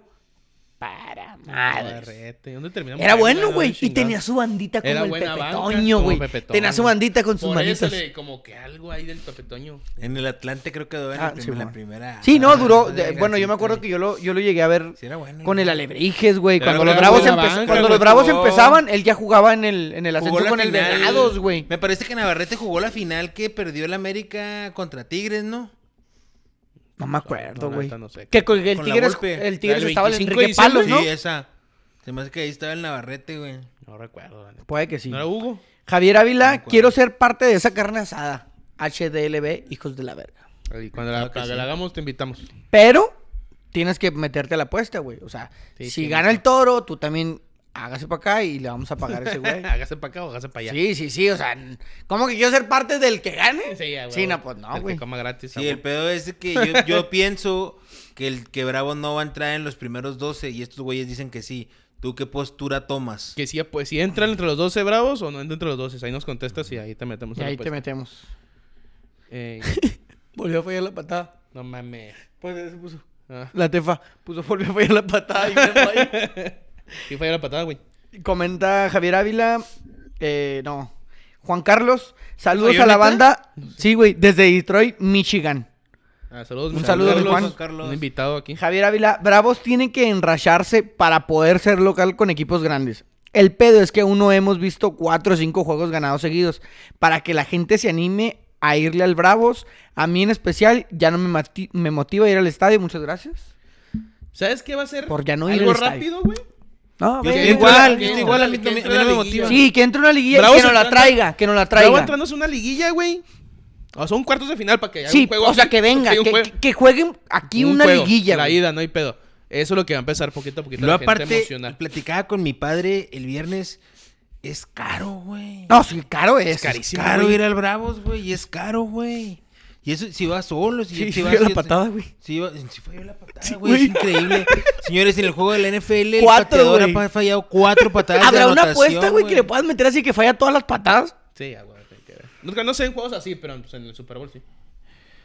para madre. Barrete, ¿dónde terminamos? Ah, pues. Era Ahí, bueno, la güey. Y chingada. tenía su bandita como Era el buena Pepe banca, Toño, como güey. Pepe Toño. Tenía su bandita con sus Por eso manitas. le, como que algo ahí del Pepe Toño. En el Atlante creo que duró en el Ah, primer- Simón. la primera. Sí, no, Ah, duró. de- de- bueno, yo me acuerdo que yo lo, yo lo llegué a ver Sí, era bueno. con el Alebrijes, güey. Era Cuando una los Bravos, buena empe- banca, cuando los güey, bravos jugó. empezaban, él ya jugaba en el, en el Jugó ascenso la con el final. Venados, güey. Me parece que Navarrete jugó la final que perdió el América contra Tigres, ¿no? No me No, acuerdo, la güey. neta no sé. que con el Con la Tigres, Volpe. el Tigres El estaba el 25 de Enrique Palos, diciembre. ¿no? Sí, esa. Se me hace que ahí estaba el Navarrete, güey. No recuerdo, la neta. Puede que sí. ¿No era Hugo? Javier No me Ávila, acuerdo. quiero ser parte de esa carne asada. HDLB, hijos de la verga. Y cuando Claro la, que la- sí. la hagamos, te invitamos. Pero tienes que meterte a la apuesta, güey. O sea, Sí, si sí, gana neta. el toro, tú también hágase para acá y le vamos a pagar a ese Eh. güey. *laughs* hágase para acá o hágase para allá. Sí, sí, sí, o sea, n- ¿cómo que quiero ser parte del que gane? Sí, ya, güey. Sí, no, pues no, El güey. Que coma gratis. Sí, a el pedo es que yo, *laughs* yo pienso que el que Bravo no va a entrar en los primeros 12 y estos güeyes dicen que sí. ¿Tú qué postura tomas? Que si, pues, si entran entre los 12 bravos o no entran entre los 12. Ahí nos contestas y ahí te metemos. Y a la ahí te apuesta. metemos. Eh, *laughs* Volvió a fallar la patada. no mames. Pues se puso. Ah, La tefa puso *laughs* volvió a fallar la patada y me falló. y falló la patada, güey. Comenta Javier Ávila. Eh, no. Juan Carlos, saludos ¿Falló a la neta? banda. Sí, güey, desde Detroit, Michigan. Ah, saludos, Un mi saludo Carlos. de Juan. Carlos. Un invitado aquí. Javier Ávila, Bravos tienen que enracharse para poder ser local con equipos grandes. El pedo es que aún no hemos visto cuatro o cinco juegos ganados seguidos. Para que la gente se anime a irle al Bravos, a mí en especial, ya no me, mati- me motiva ir al estadio. Muchas gracias. ¿Sabes qué va a ser? Por ya no ir Algo al estadio. rápido, güey. No, ve, Yo estoy Que güey. igual, entra- yo estoy que igual, a mí entra- que también- a mí no entra me la liguilla. motiva. Sí, que entre una liguilla y Bravos que no la entrando- traiga, que no la Luego traiga. entrándose una liguilla, güey. O sea, un cuartos de final para que haya Sí, un juego o sea, aquí, que venga, hay que, un juego- que- que jueguen aquí un una juego, liguilla. La güey. ida, no hay pedo. Eso es lo que va a empezar poquito a poquito. *laughs* Lo la gente a aparte, emocionar. platicaba con mi padre el viernes. Es caro, güey. No, sí, caro es. es carísimo, Pues caro güey. ir al Bravos, güey. Y es caro, güey. Y eso, si va solo, si, Sí, si fue va... la si- patada, güey. Si, va- si falló la patada, Sí, güey. Es güey. *laughs* increíble. Señores, en el juego de la NFL, el Cuatro, pateador güey. ha fallado cuatro patadas de ¿Habrá una anotación, apuesta, güey, que le puedas meter así que falla todas las patadas? Sí, a huevo, tiene que ver. Nunca, no sé en juegos así, pero pues, en el Super Bowl sí.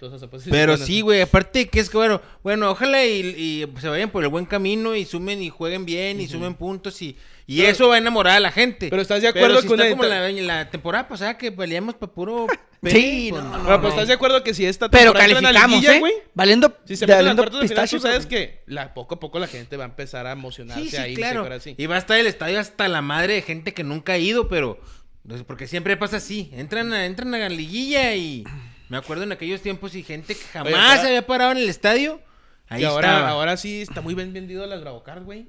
Entonces, pues, Pero bueno, sí, güey, aparte que es que, bueno, bueno ojalá y, y se vayan por el buen camino y sumen y jueguen bien y sumen puntos y, y eso va a enamorar a la gente. pero ¿estás de acuerdo si con está el- como la, la temporada pasada que peleamos para puro... Sí, pues, no, no. Pero, pues, no. ¿estás de acuerdo que si esta Pero temporada entran a calificamos, liguilla, ¿eh? güey? Valiendo, Si de- se meten a valiendo cuartos de final, tú pistacho, sabes pero- que la, poco a poco la gente va a empezar a emocionarse Sí, sí, ahí. claro. Y, así. Y va a estar el estadio hasta la madre de gente que nunca ha ido, pero... pues, Porque siempre pasa así. Entran a, entran a la liguilla y... Me acuerdo en aquellos tiempos y gente que jamás ahora- se había parado en el estadio. Ahí Y ahora, estaba. ahora sí está muy bien vendido las Gravocard, güey.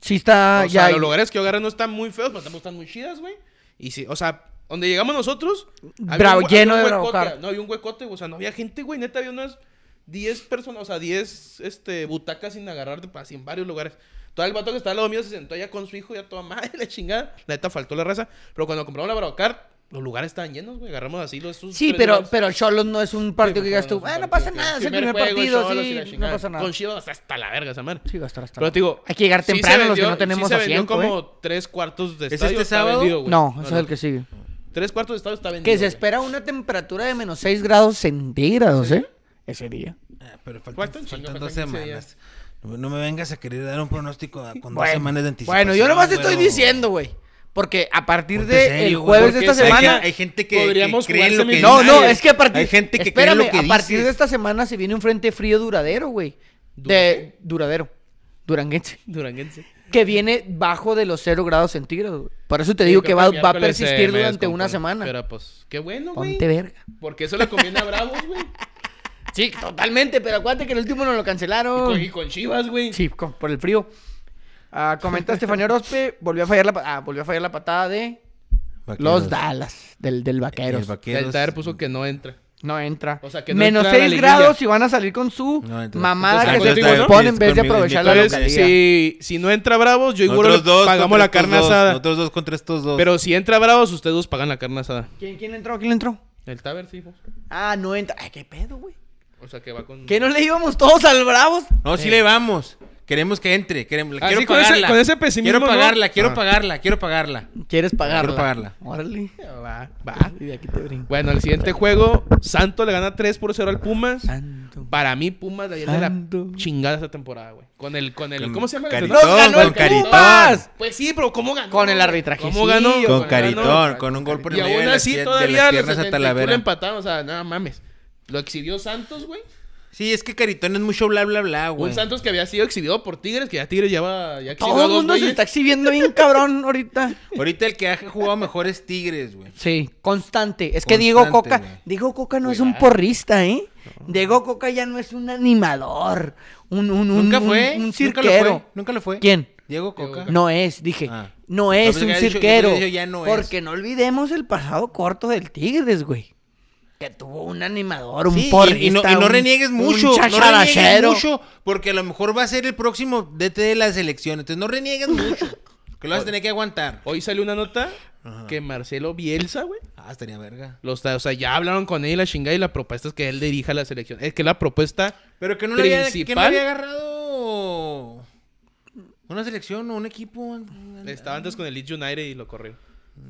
Sí está o sea, Ah, ya... los lugares que yo agarré no están muy feos, pero tampoco están muy chidas, güey. Y sí, o sea, donde llegamos nosotros... había Bravo, hue- lleno había un de huecote, Bravocar. No, había un huecote, güey, o sea, no había gente, güey. Neta, había unas 10 personas, o sea, 10 este, butacas sin agarrarte, pa- así en varios lugares. Todo el vato que estaba al lado mío se sentó allá con su hijo, ya toda madre, *laughs* la chingada. La neta, faltó la raza. Pero cuando compramos la Bravocar, los lugares estaban llenos, güey. Agarramos así los... esos Sí, tres pero, lugares. pero Cholos no es un partido Sí, que digas pues, tú, no, bueno, no no pasa partido, nada, sí. es el primer juego, partido, Cholos y la sí, no chingada. pasa nada. Con Chivas hasta la verga esa madre. Sí, va a estar hasta Pero la- te digo, Hay que llegar sí se temprano los que vendió- no tenemos sí se vendió asiento, como ¿eh? tres cuartos de ¿Es estadio. este está sábado? vendido, güey. No, ese es el que sigue. Tres cuartos de estadio está vendido. Que se güey. espera una temperatura de menos 6 grados centígrados, ¿eh? Ese día. Ah, Pero Falta faltan, un chingo, faltan faltan dos 15 días. semanas. No, no me vengas a querer dar un pronóstico a- con dos Bueno, semanas de anticipación. Bueno, yo nomás te estoy güey. diciendo, güey. Porque a partir Ponte de serio, el güey, jueves de porque esta hay semana... gente- Hay gente que, podríamos que cree en jugar lo que No, semifinales. dice. no, es que a partir... Hay gente que cree en Espérame, lo que a partir dices. de esta semana se viene un frente frío duradero, güey. De... Duradero. Duranguense. Duranguense. Que viene bajo de los 0 grados centígrados. güey. Por eso te Sí, digo creo que va, el va a miércoles se persistir me durante una descompone. semana. Pero pues, qué bueno, güey. Ponte verga. Porque eso le conviene a Bravos, *laughs* güey. Sí, totalmente, pero acuérdate que el último nos lo Y con- cancelaron. Y con Chivas, güey. Sí, con- por el frío. Ah, comenta Estefanía Orozpe, volvió a fallar la, pa- ah, volvió a fallar la patada de Vaqueros. los Dallas, del, del El vaqueros. El vaqueros. Taer puso que no entra. No entra. O sea, que no Menos entra a la 6 liguilla. grados y van a salir con su No, entonces- mamada entonces- que Ah, se entonces- ponen en vez de conmigo, aprovechar la invítalo. Entonces, localidad. si, si no entra Bravos, yo igual Nosotros dos pagamos contra la carne estos dos, asada. Nosotros dos contra estos dos. Pero si entra Bravos, ustedes dos pagan la carne asada. ¿Quién, quién entró? ¿Quién entró? El Taber sí, pues. Ah, no entra. Ay, qué pedo, güey. O sea, que va con... ¿Que no le íbamos todos al Bravos? No, sí le vamos. Queremos que entre. Queremos, Así quiero eh. Ah, con ese- pagarla. con ese pesimismo, Quiero ¿no? pagarla, quiero Ah. pagarla, quiero pagarla. ¿Quieres pagarla? Quiero pagarla. Órale. Va, va. Y de aquí te brinco. Bueno, el siguiente juego, Santo le gana 3 por 0 al Pumas. Santo. Para mí, Pumas de ayer de Santo. la chingada esta temporada, güey. Con el, con el, Con ¿cómo se llama? Caritón, ¡Nos ganó con el Caritón. Pumas! Pues sí, pero ¿cómo ganó? Con el arbitrajecillo, ¿Cómo ganó? con Con el Caritón, ganó. con un gol por Y medio de aún las así, pie- de todavía las los piernas hasta la 71 vera. empataron. O sea, nada mames. Lo exhibió Santos, güey. Sí, es que Caritón es mucho bla, bla, bla, güey. Un Santos que había sido exhibido por Tigres, que ya Tigres ya va... Ya exhibió Todo a el dos mundo se güeyes. está exhibiendo bien cabrón ahorita. Ahorita el que ha jugado mejor es Tigres, güey. Sí, constante. Es que Diego Constante, Coca, güey. Diego Coca no es un Cuidado. porrista, ¿eh? Diego Coca ya no es un animador, un, un, un, Nunca un- fue. un Nunca lo fue. cirquero. Nunca lo fue. ¿Quién? Diego Coca. No es, dije, Ah. no No, es pensé un que había dicho- cirquero. yo pensé que ya no es. porque no olvidemos el pasado corto del Tigres, güey. Que tuvo un animador, un Sí, y- porrista. y, no, y no un- reniegues un mucho. No reniegues chacharachero. mucho. Porque a lo mejor va a ser el próximo DT de la selección. Entonces no reniegues mucho. *laughs* Que lo vas a tener que aguantar. Hoy salió una nota Ajá. que Marcelo Bielsa, güey. Ah, estaría verga. Los, o sea, ya hablaron con él y la chingada y la propuesta es que él dirija la selección. Es que la propuesta... Pero que no le había, que no Principal. había agarrado una selección o un equipo. Estaba antes con el Leeds United y lo corrió.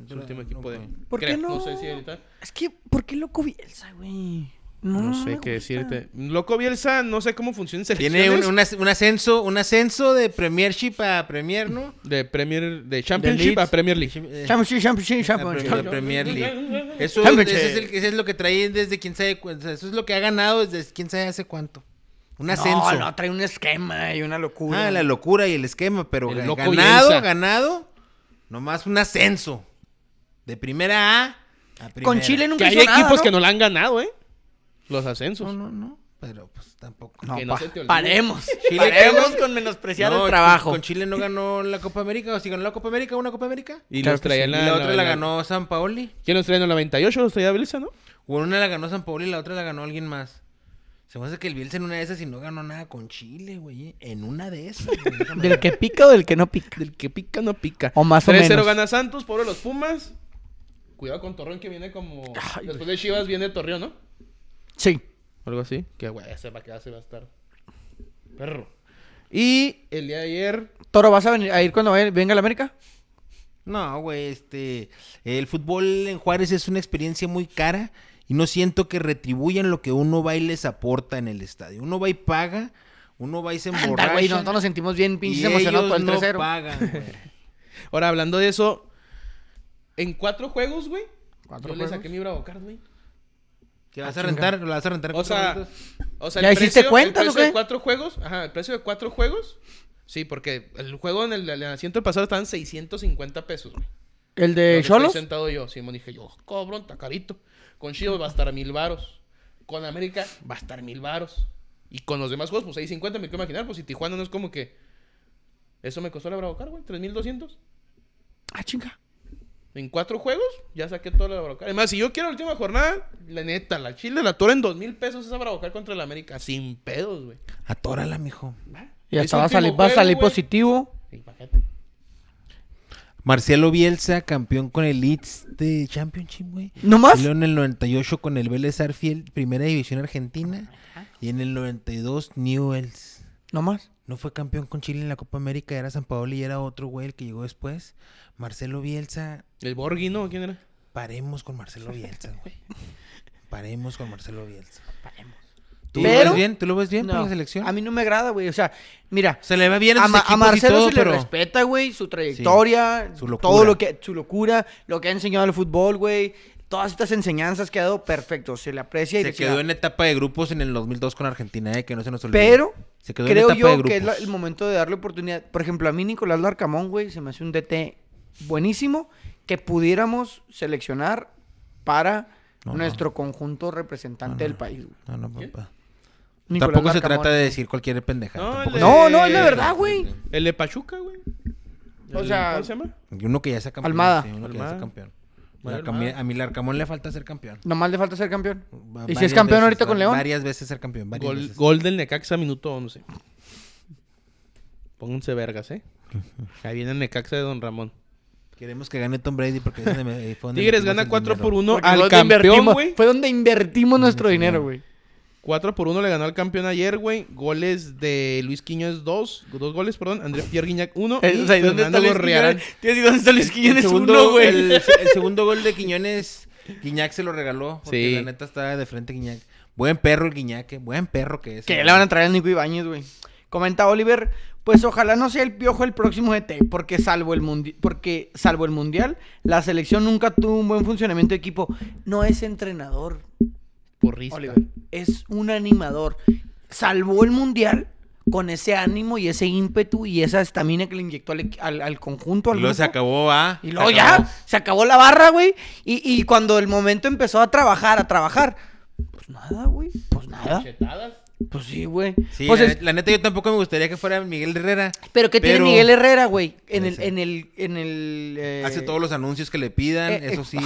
Su último equipo de... ¿Por qué creo, no? No sé si ahorita... Es que, ¿por qué loco Bielsa, güey? No, No me sé qué gusta. decirte. Loco Bielsa, no sé cómo funciona en selecciones. Tiene un, un as- un ascenso, un ascenso de Premiership a Premier, ¿no? De Premier... De Championship Leeds. a Premier League. Eh, Championship, championship, a Premier- championship. de Premier League. Eso, Championship. ese es el- ese es lo que trae desde quién sabe cu- o sea, Eso es lo que ha ganado desde quién sabe hace cuánto. Un ascenso. No, no, trae un esquema y una locura. Ah, la locura y el esquema, pero El ga- loco ganado, Bielsa. ganado, nomás un ascenso. De primera A a primera. Con Chile Que nunca hay hizo nada, equipos ¿no? que no la han ganado, ¿eh? Los ascensos. No, no, no, pero pues tampoco. No, que no pa- se te *laughs* olvide. paremos. Chile, paremos ¿qué? con menospreciar No, el trabajo. Con Chile no ganó la Copa América, o si ganó la Copa América, una Copa América. Y Claro los que traía sí. en Y la... la, otra la novena- ganó San Paoli. ¿Quién los traía en el 98? ¿Los traía Bielsa, no? O una la ganó San Paoli y la otra la ganó alguien más. Se me hace que el Bielsa en una de esas y no ganó nada con Chile, güey. ¿eh? En una de esas. güey, *laughs* déjame ¿Del ver. que pica o del que no pica? Del que pica no pica. O más o 3-0 menos. gana Santos, pobre los Pumas. Cuidado con Torreón que viene como. Después de Chivas viene Torreón, ¿no? Sí. o algo así. Que, güey, ese va a se va a estar. Perro. Y el día de ayer, Toro, ¿vas a, venir, a ir cuando vaya- venga a la América? No, güey, este. El fútbol en Juárez es una experiencia muy cara y no siento que retribuyan lo que uno va y les aporta en el estadio. Uno va y paga, uno va y se *laughs* Anda, emborracha. güey, nosotros nos sentimos bien pinches y emocionados por el ellos no 3-0. *laughs* pagan, güey. ahora hablando de eso, en cuatro juegos, güey, ¿Cuatro yo le juegos? saqué mi Bravo Card, güey. ¿Qué Ah, vas a chinga. rentar? ¿Lo vas a rentar? O con sea, carritos? o sea ¿Ya el hiciste precio, cuentas o el precio de qué? cuatro juegos, ajá, el precio de cuatro juegos. Sí, porque el juego en el, en el asiento del pasado estaban 650 pesos, güey. ¿El Donde de estoy Cholos? sentado yo, Simón, dije yo, cobrón, está carito. Con Chivas va a estar a mil varos. Con América va a estar mil varos. Y con los demás juegos, pues 650 me quiero imaginar, pues si Tijuana no es como que... Eso me costó la Bravo Car, güey, 3200. Ah, chinga. En cuatro juegos, ya saqué toda la Bravo Car. Además, si yo quiero la última jornada, la neta, la Chile, la Tora en dos mil pesos esa Bravo Car contra el América, sin pedos, güey. Atórala, mijo. Y Es hasta va a último salir, va a juego, salir güey. positivo. Sí, imagínate. Marcelo Bielsa, campeón con el Leeds de Championship, güey. ¿No más? Salió en el 98 con el Vélez Arfield, Primera División Argentina. Y en el 92, Newells. ¿No más? No fue campeón con Chile en la Copa América, era San Paolo y era otro güey el que llegó después. Marcelo Bielsa, El Borghi, ¿no? ¿Quién era? paremos con Marcelo Bielsa, *laughs* güey. Paremos con Marcelo Bielsa. ¿Tú Pero- lo ves bien? ¿Tú lo ves bien para No. la selección? A mí no me agrada, güey. O sea, mira, Se le va bien a, a, sus Ma- a equipos y Marcelo todo, se pero- le respeta, güey, su trayectoria, Su locura. todo lo que, su locura, lo que ha enseñado al fútbol, güey, todas estas enseñanzas que ha dado perfecto, se le aprecia y Se le quedó queda. en etapa de grupos en el 2002 con Argentina, eh, que no se nos olvide. Pero se quedó en creo etapa de yo grupos. que es la- el momento de darle oportunidad. Por ejemplo, a mí Nicolás Larcamón, güey, se me hace un DT buenísimo que pudiéramos seleccionar para No, no. nuestro conjunto representante del país. güey. No, no, papá. Nicolás Tampoco se Larcamón. trata de decir cualquier pendejada. No, tampoco le- se- No, no, es la verdad, güey. El de Pachuca, güey. O El- sea, ¿Cómo se llama? Y uno que ya sea campeón. Almada. sí, uno que ya Almada. sea campeón. Mario Larcamón- Almada. a mi Larcamón le falta ser campeón. Nomás le falta ser campeón. Va- ¿Y si es varias campeón veces, ahorita con va- León? Varias veces ser campeón. varias Gol, veces. gol del Necaxa, minuto 11. Pónganse vergas, ¿eh? Ahí viene el Necaxa de Don Ramón. Queremos que gane Tom Brady porque es donde me- fue donde Tigres metimos gana el 4 dinero. por 1 Porque fue al donde campeón, invertimos- güey. Fue donde invertimos nuestro dinero, güey. 4 por 1 le ganó al campeón ayer, güey. Goles de Luis Quiñones 2, dos goles, perdón. Andrés Pierre Guiñac 1 y Eh, o sea, ¿y ¿dónde Fernando está Luis Gorriarán. Quiñones? Te iba a decir, ¿dónde está Luis El Quiñones segundo, uno, güey? El, el segundo gol de Quiñones, Guiñac se lo regaló. Porque Sí. la neta estaba de frente Guiñac. Buen perro el Guiñac, eh, buen perro que es. Que le van a traer al Nico Ibáñez, güey. Comenta Oliver, pues ojalá no sea el piojo el próximo GT, porque salvo el mundi porque salvo el mundial, la selección nunca tuvo un buen funcionamiento de equipo. No es entrenador, Porrista. Oliver, es un animador. Salvó el mundial con ese ánimo y ese ímpetu y esa estamina que le inyectó al, equi- al- al conjunto. Y Al luego se grupo. acabó, va. Y se luego acabó. ya, ah. se acabó la barra, güey. Y, y cuando el momento empezó a trabajar, a trabajar, pues nada, güey. Pues nada. Chetadas. Pues sí, güey. Sí, Pues la, es- net- la neta yo tampoco me gustaría que fuera Miguel Herrera. pero ¿qué pero- tiene Miguel Herrera, güey? En Ya el, sé. en el, en el... eh, Hace todos los anuncios que le pidan, eh, *laughs* eso sí.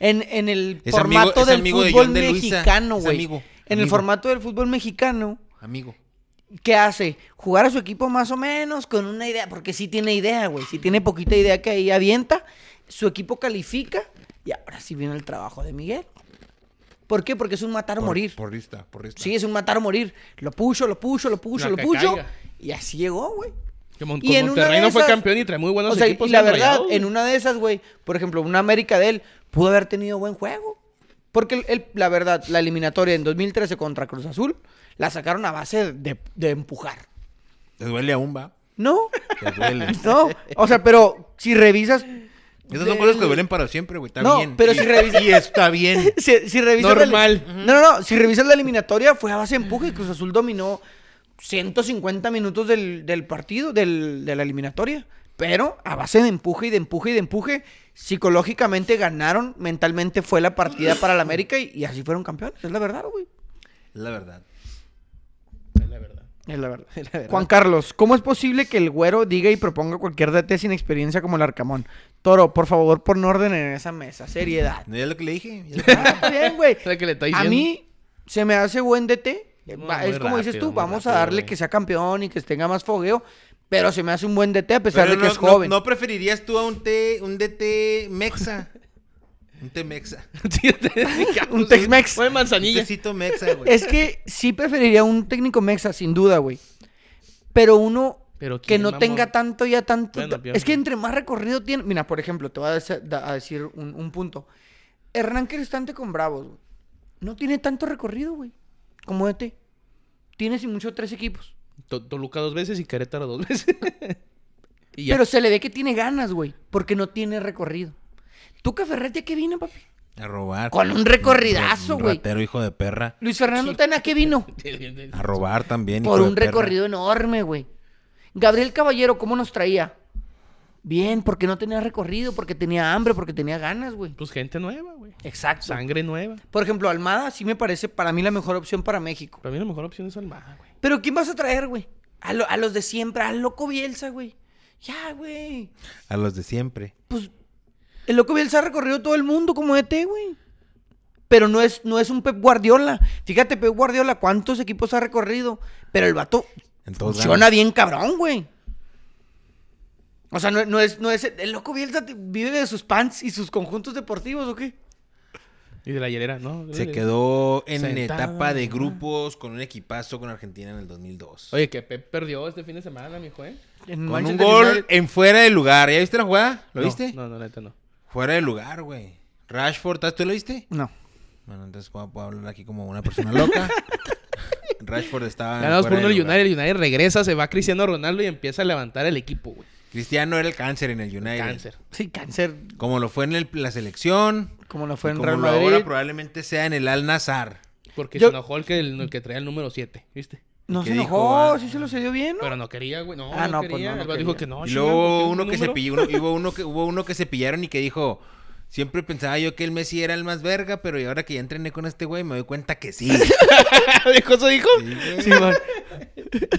En, en el Es amigo- formato es del amigo de fútbol John de Luisa, mexicano, es güey. amigo, en el amigo. formato del fútbol mexicano, Amigo. ¿qué hace? Jugar a su equipo más o menos con una idea, porque sí tiene idea, güey. Si tiene poquita idea que ahí avienta, su equipo califica y ahora sí viene el trabajo de Miguel. ¿Por qué? Porque es un matar o Por- morir. Porrista, porrista. Sí, es un matar o morir. Lo puso, lo puso, lo puso, La lo que puso. caiga. Y así llegó, güey. Que Mon- Y con en una Monterrey de no fue esas- campeón y trae muy buenos O sea, equipos. y la en verdad, Rayados. *laughs* en una de esas, güey, por ejemplo, una América de él pudo haber tenido buen juego. Porque el- el- la verdad, la eliminatoria en 2013 contra Cruz Azul la sacaron a base de, de empujar. Les duele aún, va. No, Les duele. no. O sea, pero si revisas. Esas son el- cosas que duelen para siempre, güey. Está No, bien. pero Y- si revisas- Y *laughs* está bien. Si, si revisas. la- Normal. no, no, no. Si revisas la eliminatoria, fue a base de empuje. Cruz Azul dominó 150 minutos del, del partido, del- de la eliminatoria. Pero a base de empuje y de empuje y de empuje, psicológicamente ganaron, mentalmente fue la partida para la América y, y así fueron campeones. Es la verdad, güey. Es la verdad. Es la verdad. Es la verdad. Es la verdad. Juan Carlos, ¿cómo es posible que el güero diga y proponga cualquier DT sin experiencia como el Arcamón? Toro, por favor, pon orden en esa mesa. Seriedad. ¿No es lo que le dije? Ya Ah, está bien, *laughs* güey. Es la que le está A diciendo. mí se me hace buen DT. Eh, Muy- va- muy es como dices rápido, tú, muy vamos rápido, a darle güey. que sea campeón y que tenga más fogueo, pero se me hace un buen DT a pesar Pero de que no, es joven. No, no preferirías tú a un, T- un DT Mexa? Un temexa. *laughs* Sí, te- pues, Un Tex-Mex. Fue de Un manzanilla. tecito mexa, güey. Es que sí preferiría un técnico mexa, sin duda, güey. Pero uno Pero que ¿quién, no mamón? tenga tanto ya tanto. Bueno, es que pierde. entre más recorrido tiene. Mira, por ejemplo, te voy a, dese- da- a decir un, un punto. Hernán Cristante con Bravos, güey. No tiene tanto recorrido, güey. Como este. Tiene sin mucho tres equipos. To- Toluca dos veces y Querétaro dos veces. *laughs* y ya. Pero se le ve que tiene ganas, güey. Porque no tiene recorrido. ¿Tú qué Ferretti a qué vino, papi? A robar. Con un recorridazo, Un güey. ratero, hijo de perra. Luis Fernando Tena, ¿a qué vino? A robar también. Por hijo de un perra. recorrido enorme, güey. Gabriel Caballero, ¿cómo nos traía? Bien, porque no tenía recorrido, porque tenía hambre, porque tenía ganas, güey. *laughs* Pues gente nueva, güey. Exacto. Sangre nueva. Por ejemplo, Almada sí me parece para mí la mejor opción para México. Para mí la mejor opción es Almada, güey. Pero ¿quién vas a traer, güey? A, lo- a los de siempre, al loco Bielsa, güey. Ya, güey. A los de siempre. Pues el loco Bielsa ha recorrido todo el mundo como ET, güey. Pero no es, no es un Pep Guardiola. Fíjate, Pep Guardiola, ¿cuántos equipos ha recorrido? Pero el vato En todos lados. Funciona bien cabrón, güey. O sea, no, no es, no es. El loco Bielsa te- vive de sus pants y sus conjuntos deportivos, ¿o qué? Y de la hielera, ¿no? Se quedó en Sentado, etapa de ajá. grupos con un equipazo con Argentina en el 2002. Oye, que Pep perdió este fin de semana, mi juez. En con un Manchester gol United. en fuera de lugar. ¿Ya viste la jugada? ¿Lo No, viste? No, no, neta, no. Fuera de lugar, güey. Rashford, ¿tú lo viste? No. Bueno, entonces puedo, puedo hablar aquí como una *laughs* persona loca. Rashford estaba. Ah, en Ganamos por fuera uno de el lugar. United. El United regresa, se va Cristiano Ronaldo y empieza a levantar el equipo, güey. Cristiano era el cáncer en el United. Cáncer. Sí, cáncer. Como lo fue en el- la selección. Como lo fue y en como Real lo ahora Madrid. probablemente sea en el Al Nazar. Porque Yo- se enojó el que, el, el que traía el número 7, ¿viste? No ¿Qué se dijo, enojó, ah? sí se lo cedió bien, ¿no? *laughs* Pero no quería, güey. No, Ah, no, no, pues quería. no, no El vato dijo quería. que no. y chinga, luego ¿por uno qué que es se un número? pilló, hubo uno que hubo uno que se pillaron y que dijo, siempre pensaba yo que el Messi era el más verga, pero y ahora que ya entrené con este güey me doy cuenta *laughs* que sí. ¿Dijo eso, dijo? Sí, güey. *laughs*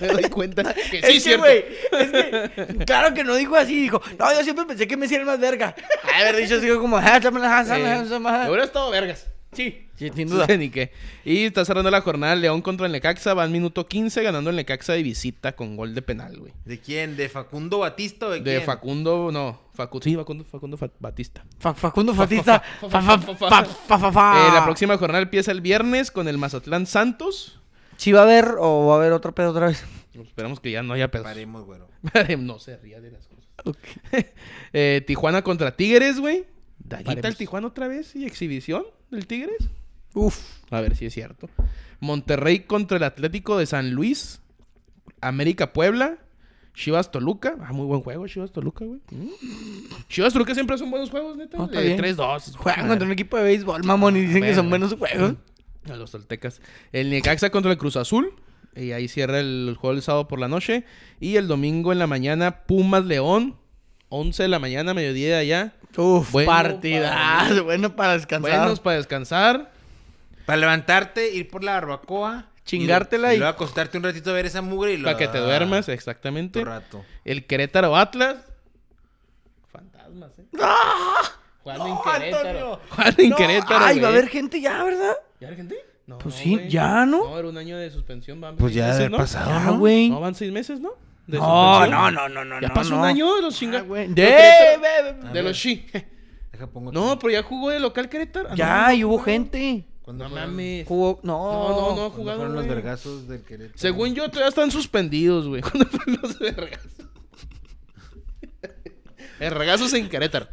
Me doy cuenta que sí, es que, cierto. güey, es que, claro que no dijo así, dijo, no, yo siempre pensé que me hicieron más verga. A ver, dicho así como, ah, échame la Eh, janza, la janza, ma". me hubiera estado vergas. Sí. Sí, sin duda. *laughs* Ni qué. Y está cerrando la jornada León contra el Necaxa. Va al minuto 15 ganando el Necaxa de visita con gol de penal, güey. ¿De quién? ¿De Facundo Batista o de, De quién? Facundo, no. Facu- sí, Facundo, Facundo Fa- Batista. Fa- Facundo Fatista. fa- Fa- fa- fa- fa- fa- fa- fa- fa. Eh, la próxima jornada empieza el viernes con el Mazatlán Santos. ¿Sí va a haber o va a haber otro pedo otra vez? Esperamos que ya no haya pedos. Paremos, güero. *laughs* no se ría de las cosas. *laughs* Eh, Tijuana contra Tigres, güey. Daguita el Paremos. Tijuana otra vez y exhibición del Tigres. Uf. A ver si es cierto. Monterrey contra el Atlético de San Luis. América Puebla. Chivas Toluca. Ah, muy buen juego, Chivas Toluca, güey. Mm. Chivas Toluca siempre son buenos juegos, neta. No, Ah, está Eh, bien. 3-2. Juegan madre. contra un equipo de béisbol, mamón, y dicen que son Bueno. buenos juegos. A los toltecas. El Necaxa contra el Cruz Azul. Y ahí cierra el juego el sábado por la noche. Y el domingo en la mañana, Pumas León. 11 de la mañana, mediodía de allá. Uf, Bueno partidas. para- bueno para descansar. Buenos para descansar. Para levantarte, ir por la barbacoa, Chingártela y- y, y luego acostarte un ratito a ver esa mugre y Para luego que te duermas, exactamente. tu rato. El Querétaro Atlas. Fantasmas, ¿eh? No, Jugando en Querétaro. Antonio. Jugando en ¡Ah! No, Ay, va Querétaro. a güey. haber gente ya, ¿verdad? ¿Ya la gente? No, Pues no, sí, güey. ya, ¿no? No, era un año de suspensión. van Pues seis ya de meses, haber ¿no? pasado, Ya, ¿no? güey. No, No, van seis meses, ¿no? De no, suspensión. no, no, no. Ya no, pasó no. un año de los Ah, chingados. güey. De, De- Querétaro- ve- ve- Ah, de ve. los chi. Deja *laughs* pongo No, aquí. pero ya jugó de local Querétaro. Ah, no, Ya, no y hubo jugó. gente. ¿Cuándo No fueron- mames. Jugó... No, No. no, no ha cuándo jugado. fueron los güey. vergazos del Querétaro? Según yo, todavía están suspendidos, güey. *laughs* ¿Cuándo fueron los vergazos? Vergazos en Querétaro.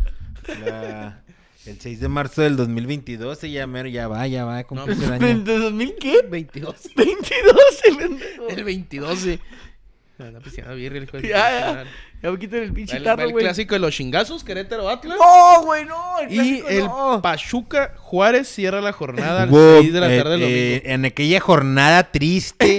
La- El 6 de marzo del 2022, y ya, mero, ya va, ya va, No, cumplirse el año. ¿De 2000 qué? 22. 22, *laughs* el pendejo. El 22. sí. No, no, pues ya, birria, el juez. Ya, ya. Ya me quitan el pinche Va el- va tarro, el güey. clásico de los chingazos, Querétaro Atlas. No, güey, no. El Y clásico el no. Pachuca Juárez cierra la jornada a las Hubo, 6 de la eh, tarde del eh, domingo. en aquella jornada triste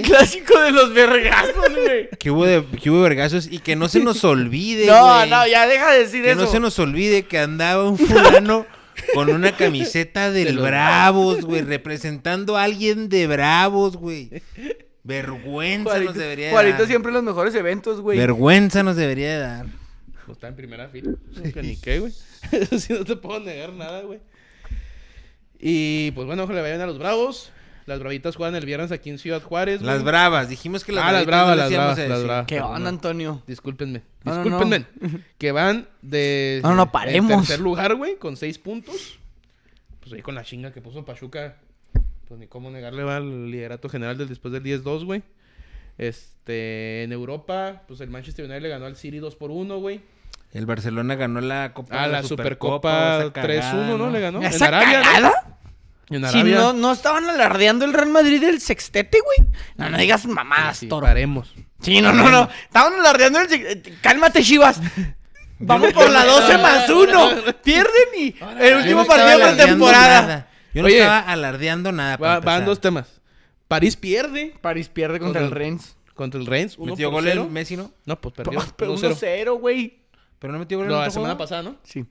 *laughs* El clásico de los vergazos, güey. que hubo, de, que hubo vergazos y que no se *laughs* nos olvide, No, güey, no, ya deja de decir que eso. no se nos olvide que andaba un fulano *laughs* con una camiseta del De los Bravos, güey, representando a alguien de Bravos, güey. Vergüenza Juanito, nos debería de Juanito dar. siempre en los mejores eventos, güey. Vergüenza nos debería de dar. Pues está en primera fila. No, *laughs* que ni qué, güey. *laughs* Eso sí, no te puedo negar nada, güey. Y pues bueno, ojalá le vayan a los Bravos. Las Bravitas juegan el viernes aquí en Ciudad Juárez. güey. Las bravas, dijimos que las Ah, las bravitas no bravas, les las íbamos a bravas, las decir. bravas. ¿Qué onda, Antonio? Discúlpenme. No, no, *laughs* Discúlpenme. Que van de. No, no, en paremos. tercer lugar, güey, con seis puntos. pues ahí con la chinga que puso Pachuca, pues ni cómo negarle va al liderato general del después del 10-2, güey. Este, en Europa, pues el Manchester United le ganó al City 2 por 1, güey. El Barcelona ganó la Copa Ah, la Supercopa esa cagada, 3-1, ¿no? Le ganó. En ¿Esa Arabia. ¿no? cagada? En Si Arabia. no, no estaban alardeando el Real Madrid del sextete, güey. No, no digas mamadas, pues Sí, toro. paremos. Sí, no, no, no. Estaban alardeando el sextete. eh, Cálmate, Chivas. Vamos por la 12 más 1. Pierden y el Yo no último estaba partido de alardeando pretemporada. nada. Yo no Oye. estaba alardeando nada. para Va- van empezar. dos temas. París pierde París pierde contra contra el el Rennes. contra el Rennes 1 Metió por gol el 0. Messi, ¿no? No, *laughs* pues perdió 1-0. 1-0, güey. Pero no metió gol el No, otro la semana juego. pasada, ¿no? Sí.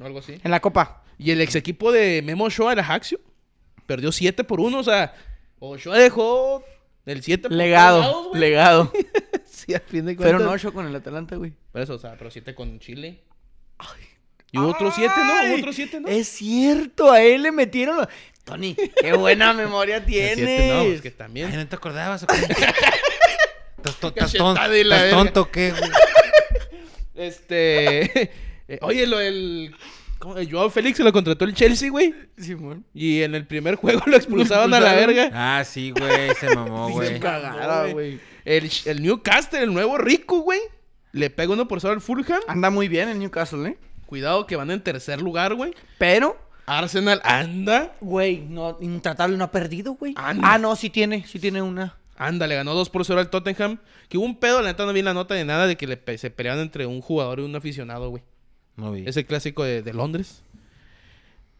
O algo así. En la Copa. Y el ex equipo de Memo Ochoa, el Ajaxio, perdió 7 por 1. O sea, Ochoa dejó el 7 por Legado, todos lados, güey. legado. Sí, al fin de Pero cuentas. no 8 con el Atalanta, güey. Por eso, o sea, pero 7 con Chile. Y hubo otro 7, ¿no? Hubo Ay, otro 7, ¿no? Es cierto, a él le metieron los... Tony, qué buena memoria tienes. siete, no, es que Ay, también. ¿no te acordabas? *laughs* o qué? Estás ton- estás ton- Cachetada y la estás verga. tonto, ¿qué, güey? Este. *laughs* eh, Oye, lo del. ¿cómo? El Joao Félix se lo contrató el Chelsea, güey. Simón. Y en el primer *laughs* juego lo expulsaban a la expulsaron. verga. Ah, sí, güey, se mamó, güey. cagada, güey. El, el Newcastle, el nuevo rico, güey. Le pega uno por 0 al Fulham. Anda muy bien el Newcastle, ¿eh? Cuidado que van en tercer lugar, güey. Pero, Arsenal anda. güey, no, intratable no ha perdido, güey. Ah, Ah, no. no, sí tiene, sí tiene una. Anda, le ganó 2 por 0 al Tottenham. Que hubo un pedo, la neta no vi la nota de nada de que le pe- se peleaban entre un jugador y un aficionado, güey. No vi. Es el clásico de, de Londres.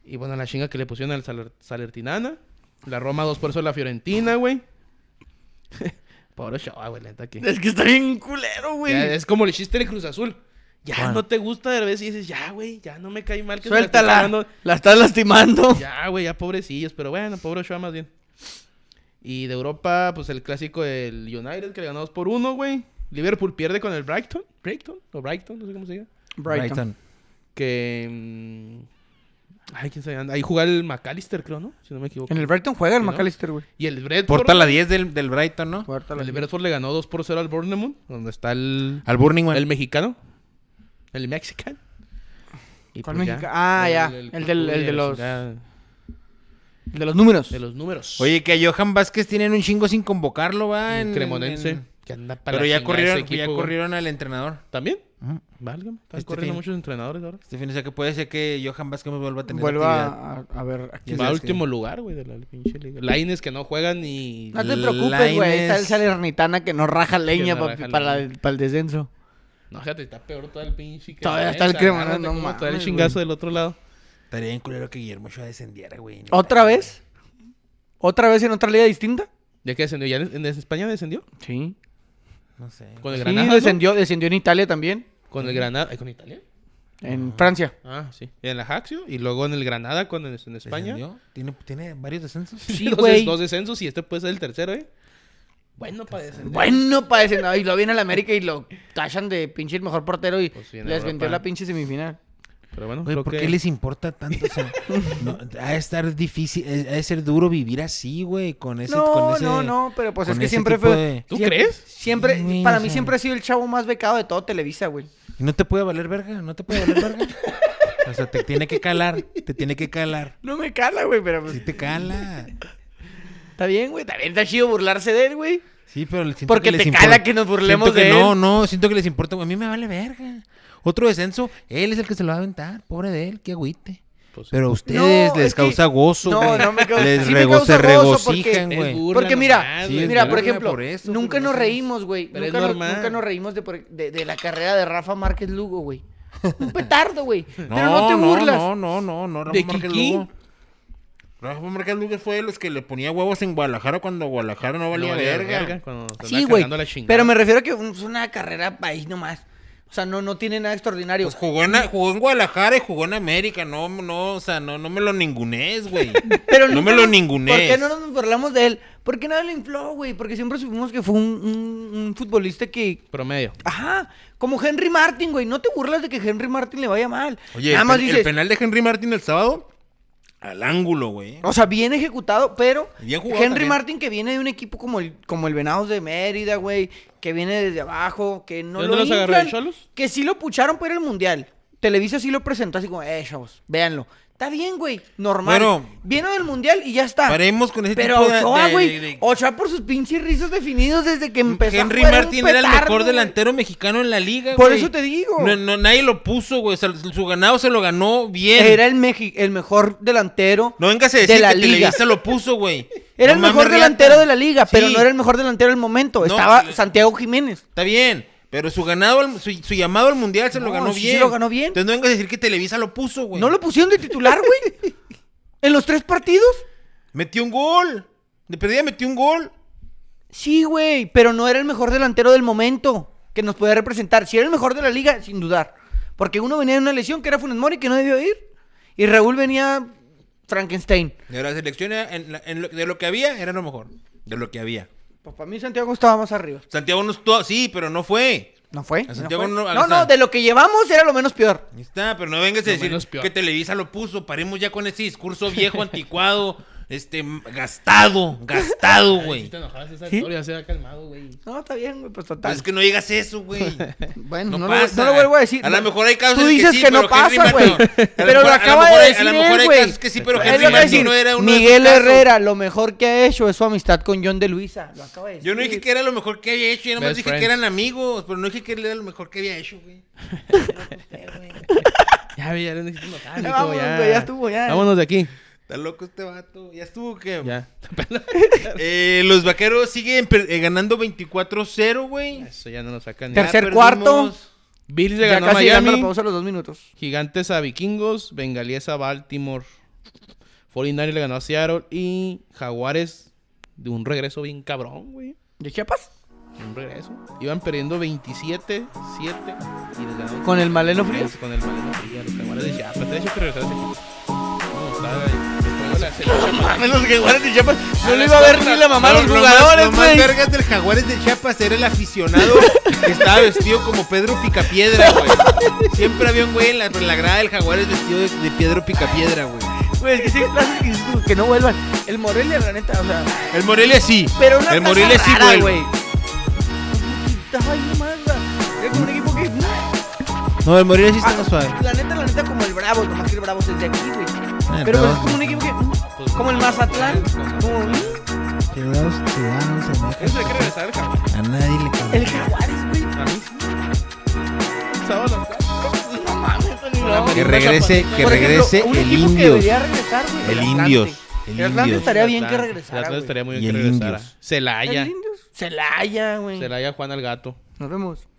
Y bueno, la chinga que le pusieron al Saler- Salertinana. La Roma 2 por 0 a la Fiorentina, güey. *laughs* Pobre Showa, güey, la neta que. Es que está bien culero, güey. Ya, es como el chiste del Cruz Azul. Ya Bueno. no te gusta de vez y dices, ya, güey, ya no me cae mal que se la esté Suéltala, cagando". la estás lastimando. Ya, güey, ya pobrecillos, pero bueno, pobre Ochoa más bien. Y de Europa, pues el clásico del United que le ganó 2 por 1, güey. Liverpool pierde con el Brighton. Brighton, o Brighton, no sé cómo se diga. Brighton. Que. mm, ay, quién sabe. anda- Ahí jugaba el McAllister, creo, ¿no? Si no me equivoco. En el Brighton juega el ¿Sí, no? McAllister, güey. Y el Bradford. Porta la 10 del, del Brighton, ¿no? Cuarta la El liga. Bradford le ganó 2 por 0 al Bournemouth, donde está el. Al Burning Man. El mexicano. El mexican. Y ¿Cuál pues ya. mexica- ah, ya, el del- el de la los- chingada, De los números. De los números. Oye, que a Johan Vázquez tienen un chingo sin convocarlo, va. En, El Cremonense. en- Que anda para Pero la ya chingada corrieron, ese ya equipo, güey. corrieron al entrenador. ¿También? Ujú. Válgame. Están Este corriendo fin. muchos entrenadores ahora. Este fin de semana que puede ser que Johan Vázquez vuelva a tener Vuelva actividad. a, a ver aquí. Ya Va a sabes que- último lugar, güey, de la pinche liga. Laines que no juega ni. No te Lainez- preocupes, güey. ahí Está el Salernitana que no raja leña no papi, raja para, leña. para el descenso. No, fíjate, está peor todo el pinche. ah, Todavía está el Cremonense, Cremonense, no agárrate cómo Está el mames, chingazo del otro lado. Estaría bien culero que Guillermo Ochoa descendiera, güey. neta, ¿Otra güey. vez? ¿Otra vez en otra liga distinta? ¿Ya que descendió? ¿Ya en en España descendió? Sí. No sé. Con el Sí, Granada. ¿no? descendió, descendió en Italia también. Con el Granada. ay, ¿Con Italia? En Francia. Ah, sí. En la Jaxio. Y luego en el Granada, cuando en, en España. ¿Descendió? ¿Tiene, tiene varios *laughs* descensos. Sí, dos, güey. dos descensos y este puede ser el tercero, ¿eh? Bueno, para descender. Bueno, para descender. Y lo viene al América y lo callan de pinche el mejor portero y Pues sí, en les Europa. vendió la pinche semifinal. Pero bueno, Güey, creo ¿por que... qué les importa tanto? O *laughs* sea, no, ha de estar difícil, eh, ha de ser duro vivir así, güey, con ese... no, con ese- no, no, pero pues es con que ese siempre tipo fue. de- ¿Tú siempre- crees? Siempre, Sí, güey, para o mí sea. siempre ha sido el chavo más becado de todo Televisa, güey. Y no te puede valer verga, no te puede valer verga. O sea, te tiene que calar, te tiene que calar. No me cala, güey, pero pues Sí te cala. está bien, güey. También está chido burlarse de él, güey. Sí, pero siento Porque que les te importa- cala que nos burlemos siento que de No, él. no, siento que les importa. güey. A mí me vale verga. Otro descenso, él es el que se lo va a aventar. Pobre de él, qué agüite. Pues sí. Pero a ustedes No, les es que- causa gozo, no, güey. no me causa- Les sí me rego- se causa gozo porque regocijan, Es güey. burla Porque mira, nomás, Sí, güey. es Mira, Pero por era ejemplo, por eso, nunca por nos eso. reímos, güey. Pero es Nunca, nos- normal. nunca nos reímos de, por- de- de la carrera de Rafa Márquez Lugo, güey. Un petardo, güey. No, Pero no te burlas. No, no, no, no. Rafa ¿De Márquez Kiki? Lugo. Rafa Márquez Lugo fue de los que le ponía huevos en Guadalajara cuando Guadalajara no No valía valía verga. verga cuando se Pues Sí, andaba güey. cargando la chingada. Pero me refiero a que es una carrera país nomás. O sea, no, no tiene nada extraordinario. Pues jugó en, jugó en Guadalajara y jugó en América. No, no, o sea, no, no me lo ningunees, güey. *laughs* Pero no nunca me lo nos- ningunees. ¿Por qué no nos burlamos de él? Porque nada le infló, güey. Porque siempre supimos que fue un- un- un futbolista que Promedio. Ajá, como Henry Martin, güey. No te burlas de que Henry Martin le vaya mal. Oye, Nada el, más pen- el dices, penal de Henry Martín el sábado al ángulo, güey. o sea, bien ejecutado, pero Bien jugado Henry también. Martin que viene de un equipo como el, como el Venados de Mérida, güey, que viene desde abajo, que no ¿De lo dónde los agarró, inflan, de Cholos? que sí lo pucharon para ir al Mundial. Televisa sí lo presentó así como, eh, chavos, véanlo. Está bien, güey. Normal. Bueno. Vino del mundial y ya está. Paremos con ese Pero tipo de- Ochoa, de- güey. de- Ochoa por sus pinches rizos definidos desde que empezó. a Henry jugar, era un Martin era el petardo, mejor güey. delantero mexicano en la liga, Por güey. eso te digo. No, no, nadie lo puso, güey. O sea, su ganado se lo ganó bien. Era el, Meji- el mejor delantero. No vengas a decir de la que liga. Televisa lo puso, güey. Era el No mames, mejor Riata. delantero de la liga, pero Sí, no era el mejor delantero del momento. No, eh, Estaba sí. Santiago Jiménez. Está bien. Pero su ganado, al- su, su llamado al mundial se lo No, ganó sí se bien. lo ganó bien. Entonces no vengas a decir que Televisa lo puso, güey. No lo pusieron de titular, *laughs* güey. en los tres partidos. Metió un gol. De perdida metió un gol. Sí, güey, pero no era el mejor delantero del momento que nos podía representar. Si era el mejor de la liga, sin dudar. Porque uno venía de una lesión que era Funes Mori, que no debió ir. Y Raúl venía Frankenstein. De la selección, era- en la- en lo- de lo que había, era lo mejor. De lo que había. Pues para mí Santiago estaba más arriba. Santiago no estuvo, sí, pero no fue. ¿No fue? A ¿No Santiago fue? no- no, a no, San- de lo que llevamos era lo menos peor. Ahí está, pero no vengas a Lo decir menos peor. que Televisa lo puso. Paremos ya con ese discurso viejo, *laughs* anticuado, este, m- gastado, gastado, Si güey. te enojas esa ¿Sí? historia, se ha calmado, güey. No, está bien, güey, pues total. Pues es que no digas *laughs* eso, güey. Bueno, no, No, lo, vu- pasa. no lo vuelvo a decir. A lo No. mejor hay casos Tú en dices sí, que, no pero Henry pasa, güey. Martin- a lo Pero lo mejor- a acaba mejor de hay- decir A lo mejor él, hay güey. casos que sí, pero Es Es Henry lo que Martin decir, Martín no era uno de esos Miguel casos. Herrera, lo mejor que ha hecho es su amistad con John de Luisa. Lo acaba de decir. Yo no dije que era lo mejor que había hecho, yo nomás Best dije que friends. eran amigos, pero no dije que él era lo mejor que había hecho, güey. Eh, *laughs* Ya, güey, ya le necesito *laughs* notar, mijo, vámonos, güey, ya estuvo, ya. Vámonos de aquí. Está loco este vato. Ya estuvo que. Ya. Eh, los vaqueros siguen per- eh, ganando 24-0, güey. Eso ya no nos sacan. ni- Ter- Tercer cuarto. Bills le Ya ganó a casi llegando a la Miami. pausa los dos minutos. Gigantes a Vikingos. Bengalíes a Baltimore. 49 le ganó a Seattle. Y Jaguares de un regreso bien cabrón, güey. ¿De Chiapas? Un regreso. Iban perdiendo 27-7. Y les ganaron Con el Maleno Frías. Frías, Con el Maleno Frías. Los Jaguares de Chiapas. Tenés que regresar a ese equipo. No, está, güey. Luego la selección- Mames, los jaguares de Chiapas. No le iba a ver ni la mamá a los jugadores, Lo más, güey. vergas del jaguares de Chiapas era el aficionado que estaba vestido como Pedro Picapiedra, güey. Siempre había un güey en la, en la grada del jaguares vestido de, de Pedro Picapiedra, güey. *laughs* Güey, es que sí, frases que dices tú, que no vuelvan. El Morelia, la neta, o sea. El Morelia sí. Pero una el cosa Morelia sí, rara, güey. Estaba ahí nomás, o sea, es como un equipo que. Ah, No, el Morelia sí está más suave. La neta, la neta, como el Bravo, nomás que el Bravo es de aquí, güey. Ah, el Pero pues, Bravos. es como un equipo que. ¿Mm? Como el Mazatlán. Como mm, Eso hay que regresar al Jaguares. A nadie le el Jaguares, güey. A mí sí. Sábado. No mames, Tony, no. Que regrese, que Por ejemplo, regrese un el equipo que Indios. debería regresar, güey, El Atlante. Indios. El El Atlante Indios. estaría bien que Atlante. regresara, El Atlante güey. estaría muy Y bien que el regresara. Indios. El Celaya. Indios. Celaya, güey. Celaya, Juan al gato. Nos vemos.